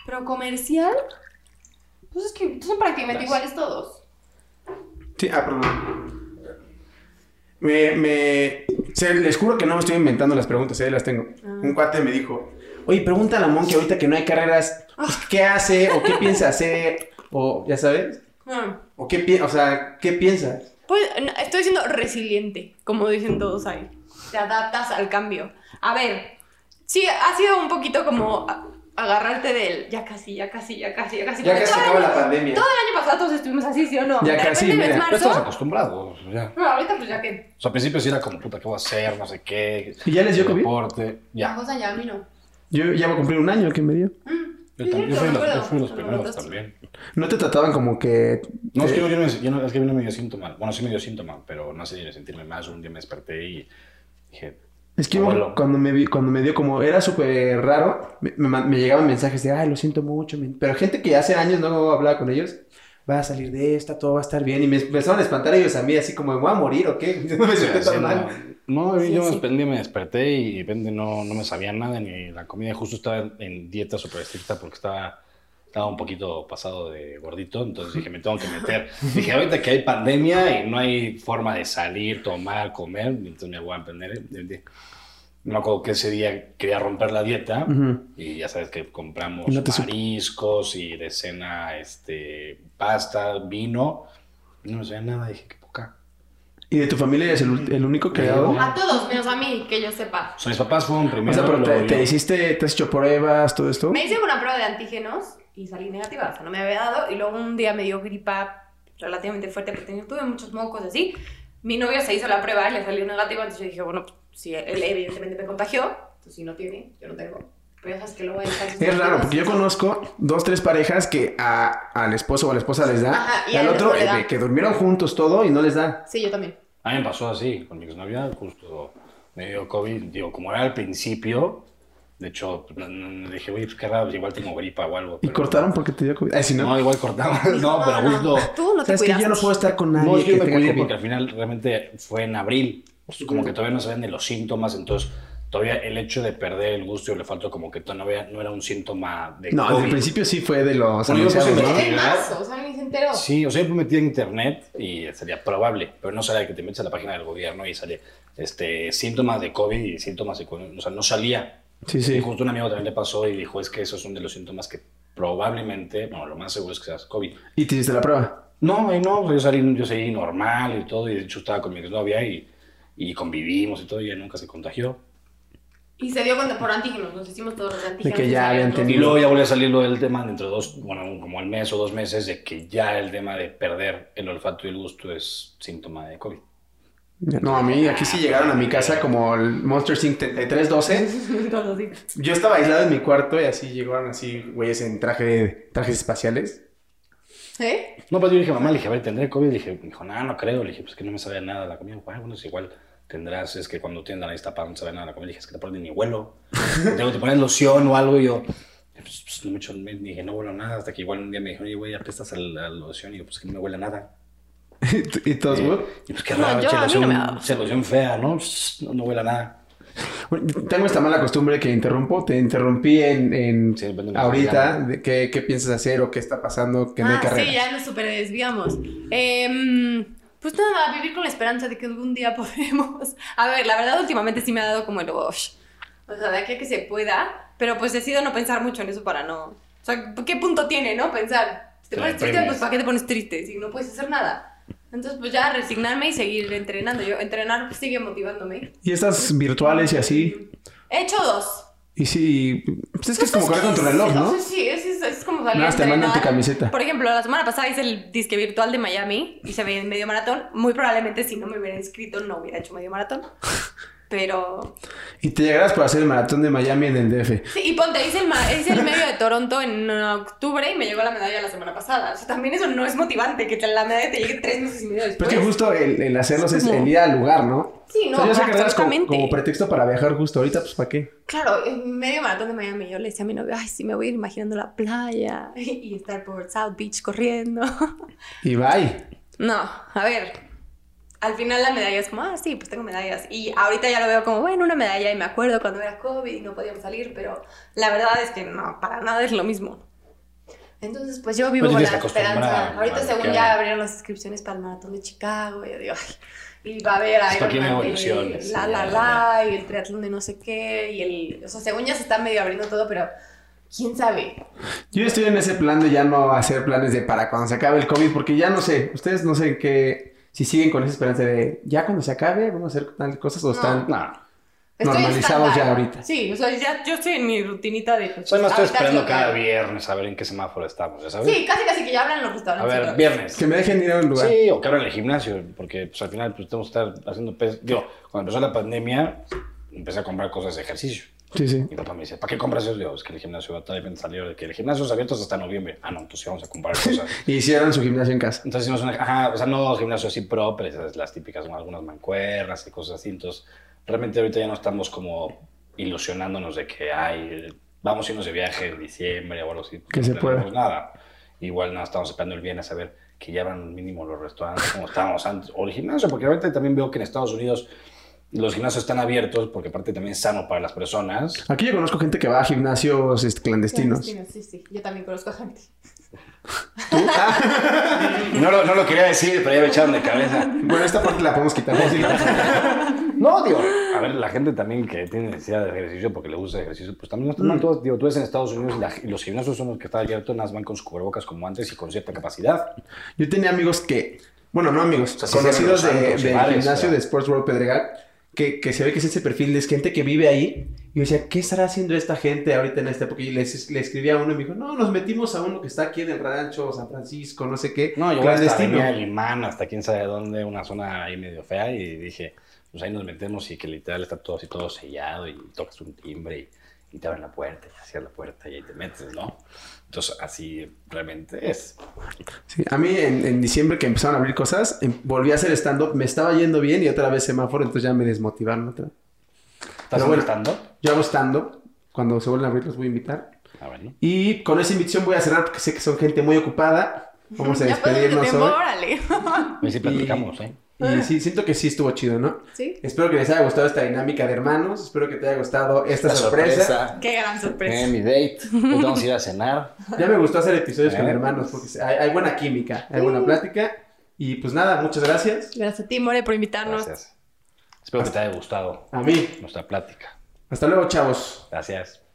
B: pero comercial. Pues es que son prácticamente iguales todos.
A: Sí, ah, perdón. Me, me... se- les juro que no me estoy inventando las preguntas, ahí las tengo. Un cuate me dijo, oye, pregúntale a Mon que ahorita que no hay carreras, pues, ¿qué hace o qué piensa hacer? O, ya sabes,
B: Mm.
A: o qué piensa, o sea, ¿qué piensas?
B: Pues no, estoy siendo resiliente, como dicen todos ahí. Te adaptas al cambio. A ver, sí, ha sido un poquito como a- agarrarte del ya casi, ya casi, ya casi, ya casi.
A: Ya
B: Porque
A: casi
B: todo el
A: acaba
B: año-
A: la pandemia.
B: Todo el año pasado todos estuvimos así, ¿sí o no?
A: Ya
B: De
A: casi,
B: repente ves
A: mira.
C: Ya estamos
B: marzo.
C: acostumbrados. Ya.
B: No, ahorita pues ya que.
C: O sea, al principio sí era como, puta, ¿qué voy a hacer? No sé qué.
A: ¿Y ya les dio COVID?
C: Deporte. Ya.
B: La cosa ya a mí no.
A: Yo ya voy a cumplir un año que me dio.
C: Yo,
B: Sí,
C: tam-
B: cierto,
C: yo
B: me
C: fui, de los- yo
B: acuerdo.
C: fui de los
B: Me
C: primeros
B: contaste.
C: también.
A: ¿No te trataban como que...
C: No, es
A: eh,
C: que yo, yo no, yo no- es que a mí no me dio síntoma. Bueno, sí me dio síntoma, pero no sé de sentirme más. Un día me desperté y dije,
A: Es que yo
C: Abuelo.
A: cuando me, vi- cuando me dio como era súper raro, me, me man- me llegaban mensajes de, ay, lo siento mucho, men". pero gente que hace años no hablaba con ellos, va a salir de esta, todo va a estar bien, y me empezaron a espantar ellos a mí, así como, ¿me voy a morir o qué? Yo no me siento
C: Sí,
A: tan mal.
C: No, no,
B: Sí,
C: yo
B: sí.
C: un día me desperté y de repente no, no me sabía nada ni la comida. Justo estaba en dieta súper estricta porque estaba, estaba un poquito pasado de gordito. Entonces dije, me tengo que meter. dije, ahorita que hay pandemia y no hay forma de salir, tomar, comer, entonces me voy a emprender. No me acuerdo que ese día quería romper la dieta
A: Ujú.
C: y ya sabes que compramos
A: Y no te supo.
C: mariscos y de cena este, pasta, vino. No me sabía nada, dije, qué poca.
A: ¿Y de tu familia eres el, ul- el único
C: Me
A: creado?
C: llegó.
B: A todos, menos a mí, que yo sepa.
C: O sea, mis papás fueron
A: O
C: primero.
A: sea, pero te,
C: luego
A: te
C: yo.
A: hiciste, te has hecho pruebas, todo esto.
B: Me hice una prueba de antígenos y salí negativa, o sea, no me había dado. Y luego un día me dio gripa relativamente fuerte, porque tenía- tuve muchos mocos así. Mi novio se hizo la prueba y le salió negativa, entonces yo dije, bueno, pues, si él evidentemente me contagió, entonces si no tiene, yo no tengo. Pero ya sabes que luego hay falsos
A: Es raro,
B: negativos.
A: porque yo conozco dos, tres parejas que a- al esposo o a la esposa les da,
B: Ajá, y
A: y al
B: al
A: otro,
B: otro le
A: eh,
B: da.
A: de que durmieron juntos todo y no les da.
B: Sí, yo también.
C: A mí me pasó así, con mi exnovia, justo me dio COVID, digo, como era al principio, de hecho, no- no- no dije, oye, pues qué raro, igual tengo gripa o algo.
A: Y
C: pero-
A: cortaron porque te dio COVID. Ay, si no.
C: No, igual cortamos,
B: Dijo,
C: no, pero justo...
B: Tú no te
A: Sabes que
B: cuidas.
A: yo no puedo estar con nadie.
C: No, es que
A: que
C: yo me
A: tenga
C: cuidé
A: COVID.
C: porque al final realmente fue en abril, entonces como que todavía no se ven de los síntomas, entonces todavía el hecho de perder el gusto y le falta como que todavía no era un síntoma de
A: No, desde
C: COVID.
A: el principio sí fue de los
C: Bueno, yo puse
A: anunciados,
C: mi-
A: ¿no?
B: en marzo, o sea, ni se enteró.
C: Sí, o sea, yo me metí en internet y sería probable, pero no salía que te metes a la página del gobierno y sale este, síntomas de COVID y síntomas de COVID. O sea, no salía.
A: Sí,
C: Y
A: sí.
C: justo un amigo también le pasó y dijo, es que esos son de los síntomas que probablemente, bueno, lo más seguro es que seas COVID.
A: ¿Y te hiciste la prueba?
C: No, ahí no, o sea, yo salí, yo seguí normal y todo, y de hecho estaba con mi exnovia y, y convivimos y todo, y ella nunca se contagió.
B: Y se dio cuenta por antígenos, nos hicimos todos los antígenos.
A: que ya habían
C: Y
A: tenido.
C: luego ya volvió a salir lo del tema dentro de dos, bueno, como el mes o dos meses, de que ya el tema de perder el olfato y el gusto es síntoma de COVID.
A: No, a mí, aquí sí llegaron a mi casa como el Monster Inc. 3312.
B: Todos así.
A: Yo estaba aislado en mi cuarto y así llegaron así, güeyes, en traje, trajes espaciales.
B: ¿Eh?
C: No, pues yo le dije, mamá, le dije, a ver, ¿tendré COVID? Le dije, me dijo, no, no creo. Le dije, pues que no me sabe nada la comida. Bueno, bueno, es igual tendrás, es que cuando tienes la nariz tapada no sabe nada la comida. Le dije, es que te ponen ni vuelo. Luego te pones loción o algo. Y yo, pues, pues, no me echo, me dije, no huelo nada. Hasta que igual un día me dijo, oye, güey, apestas a la loción. Y yo, pues que no me huele a nada.
A: y todos,
C: Eh,
A: güey.
C: y pues qué
B: No,
C: raro,
B: yo,
C: che,
B: a mí no
C: loción,
B: me ha dado.
C: che, loción fea, ¿no? Pues, no, no huele a nada.
A: Bueno, yo Tengo esta mala costumbre que interrumpo. Te interrumpí en, en
C: Sí, depende de la
A: ahorita.
C: comida.
A: de qué, ¿Qué piensas hacer o qué está pasando? Que no hay
B: Ah,
A: carrera.
B: sí, ya nos super desviamos. Em, pues nada, vivir con la esperanza de que algún día podemos. A ver, la verdad, últimamente sí me ha dado como el "Ush". O sea, de aquí a que se pueda, pero pues decido no pensar mucho en eso para no. O sea, ¿qué punto tiene, no? Pensar. Si te
C: Te
B: pones triste,
C: deprimes.
B: pues ¿para qué te pones triste? Si no puedes hacer nada. Entonces, pues ya resignarme y seguir entrenando. Yo, entrenar pues, sigue motivándome.
A: Y estas virtuales y así.
B: He hecho dos.
A: Y sí, pues es que es como correr con tu reloj,
B: O
A: ¿no?
B: sea, sí, es, es- es como salir
A: Nada,
B: a
A: te mandan tu
B: entrenar.
A: camiseta.
B: Por ejemplo, la semana pasada hice el disque virtual de Miami y se veía en medio maratón. Muy probablemente si no me hubiera inscrito no hubiera hecho medio maratón. Pero...
A: Y te llegarás para hacer el maratón de Miami en el DF.
B: Sí, y ponte, hice el, ma- hice el medio de Toronto en octubre y me llegó la medalla la semana pasada. O sea, también eso no es motivante, que te- la medalla te llegue tres meses y medio después.
A: Pero es que justo el, el hacerlos es
B: Pues, como-
A: el ir al lugar, ¿no?
B: Sí, no,
A: O sea, yo sé que carreras como-
B: absolutamente.
A: como, pretexto para viajar justo ahorita, pues ¿para qué?
B: Claro, en medio maratón de Miami yo le decía a mi novio, ay, sí, me voy a ir imaginando la playa y estar por South Beach corriendo.
A: Y bye.
B: No, a ver. Al final la medalla es como, ah, sí, pues tengo medallas. Y ahorita ya lo veo como, bueno, una medalla. Y me acuerdo cuando era COVID y no podíamos salir, pero la verdad es que no, para nada es lo mismo. Entonces, pues yo vivo
C: Pues
B: con
C: tienes
B: la
C: que acostumbrar
B: esperanza.
C: a-
B: Ahorita,
C: a lo
B: según
C: que
B: ya
C: haga.
B: abrieron las inscripciones para el maratón de Chicago, yo digo, ay, y va a haber
C: Esto tiene
B: Ironman de
C: Pues evoluciones,
B: La,
C: sí,
B: la,
C: ya,
B: la, y el triatlón de no sé qué, y el. O sea, según ya se está medio abriendo todo, pero quién sabe.
A: Yo estoy en ese plan de ya no hacer planes de para cuando se acabe el COVID, porque ya no sé, ustedes no sé qué, si siguen con esa esperanza de ya cuando se acabe vamos a hacer tal cosas o
B: No.
A: están...
C: No.
B: Estoy
A: Normalizados
B: estándar.
A: ya ahorita.
B: Sí, o sea, ya, yo estoy en mi rutinita de. pues,
C: Soy más
B: ahorita
C: estoy
B: es
C: esperando
B: lo que
C: cada
B: hago.
C: viernes a ver en qué semáforo estamos, ¿ya sabes?
B: Sí, casi casi que ya hablan los
C: A
B: restaurantes.
C: ver,
B: ¿no?
C: viernes.
A: Que me dejen ir a un lugar.
C: Sí, o que abran el gimnasio, porque pues, al final pues, tenemos que estar haciendo peso. Digo, cuando empezó la pandemia, empecé a comprar cosas de ejercicio.
E: Sí, sí.
C: Mi papá me dice, ¿para qué compras esos Dios? Que el gimnasio está bien salió de que el gimnasio es abierto hasta noviembre. Ah, no, entonces sí vamos a comprar cosas.
A: Hicieron su gimnasio en casa.
C: Entonces hicimos una, ajá, o sea, no gimnasio así pro, pero esas, las típicas, ¿no? algunas mancuernas y cosas así. Entonces, realmente ahorita ya no estamos como ilusionándonos de que, ay, vamos a irnos de viaje en diciembre o algo así.
E: Que se
C: No
E: pueda.
C: tenemos nada. Igual no estamos esperando el viernes a ver que ya van mínimo los restaurantes como estábamos antes. O el gimnasio, porque ahorita también veo que en Estados Unidos los gimnasios están abiertos porque aparte también es sano para las personas.
A: Aquí yo conozco gente que va a gimnasios este, clandestinos.
B: Sí, sí. Yo también conozco a gente.
C: No lo, no lo quería decir, pero ya me echaron de cabeza.
A: Bueno, esta parte la podemos quitar. vamos a quitar.
C: No, digo, a ver, la gente también que tiene necesidad de ejercicio porque le gusta el ejercicio, pues también no están mal.
A: Mm.
C: Todos, digo, tú ves en Estados Unidos la- y los gimnasios son los que están abiertos, nada más van con sus cubrebocas como antes y con cierta capacidad.
A: Yo tenía amigos que, bueno, no amigos,
C: sea, sí
A: conocidos
C: eran los
A: de,
C: santos,
A: del
C: bares,
A: gimnasio
C: pero-
A: de Sports World Pedregal, que, que se ve que es ese perfil de gente que vive ahí. Y yo decía, ¿qué estará haciendo esta gente ahorita en esta época? Y les- le escribí a uno y me dijo, no, nos metimos a uno que está aquí en el rancho, San Francisco, no sé qué,
C: No, yo hasta
A: clandestino.
C: venía de Limán, hasta quién sabe dónde, una zona ahí medio fea, y dije, pues ahí nos metemos y que literal está todo así, todo sellado, y tocas un timbre y, y te abren la puerta, y hacia la puerta, y ahí te metes, ¿no? Entonces, así realmente es.
A: Sí, a mí en, en diciembre que empezaron a abrir cosas, em- volví a hacer stand-up, me estaba yendo bien y otra vez semáforo, entonces ya me desmotivaron otra vez. bueno.
C: ¿Estás molestando?
A: Yo hago stand-up, cuando se vuelvan a abrir los voy a invitar.
C: Ah, bueno.
A: Y con esa invitación voy a cerrar porque sé que son gente muy ocupada. Vamos a
B: Ya pasó mucho
A: despedirnos
B: tiempo,
A: hoy.
B: órale.
C: Ahí sí platicamos, ¿eh?
A: Y sí, siento que sí estuvo chido, ¿no?
B: Sí.
A: Espero que les haya gustado esta dinámica de hermanos. Espero que te haya gustado esta sorpresa.
B: Qué gran sorpresa.
C: Eh, mi date. Nos vamos a ir a cenar.
A: Ya me gustó hacer episodios con
C: Eh.
A: hermanos porque hay, hay buena química, hay buena plática. Y pues nada, muchas gracias.
B: Gracias a ti, More, por invitarnos.
C: Gracias. Espero que te haya gustado
A: A mí.
C: nuestra plática.
A: Hasta luego, chavos.
C: Gracias.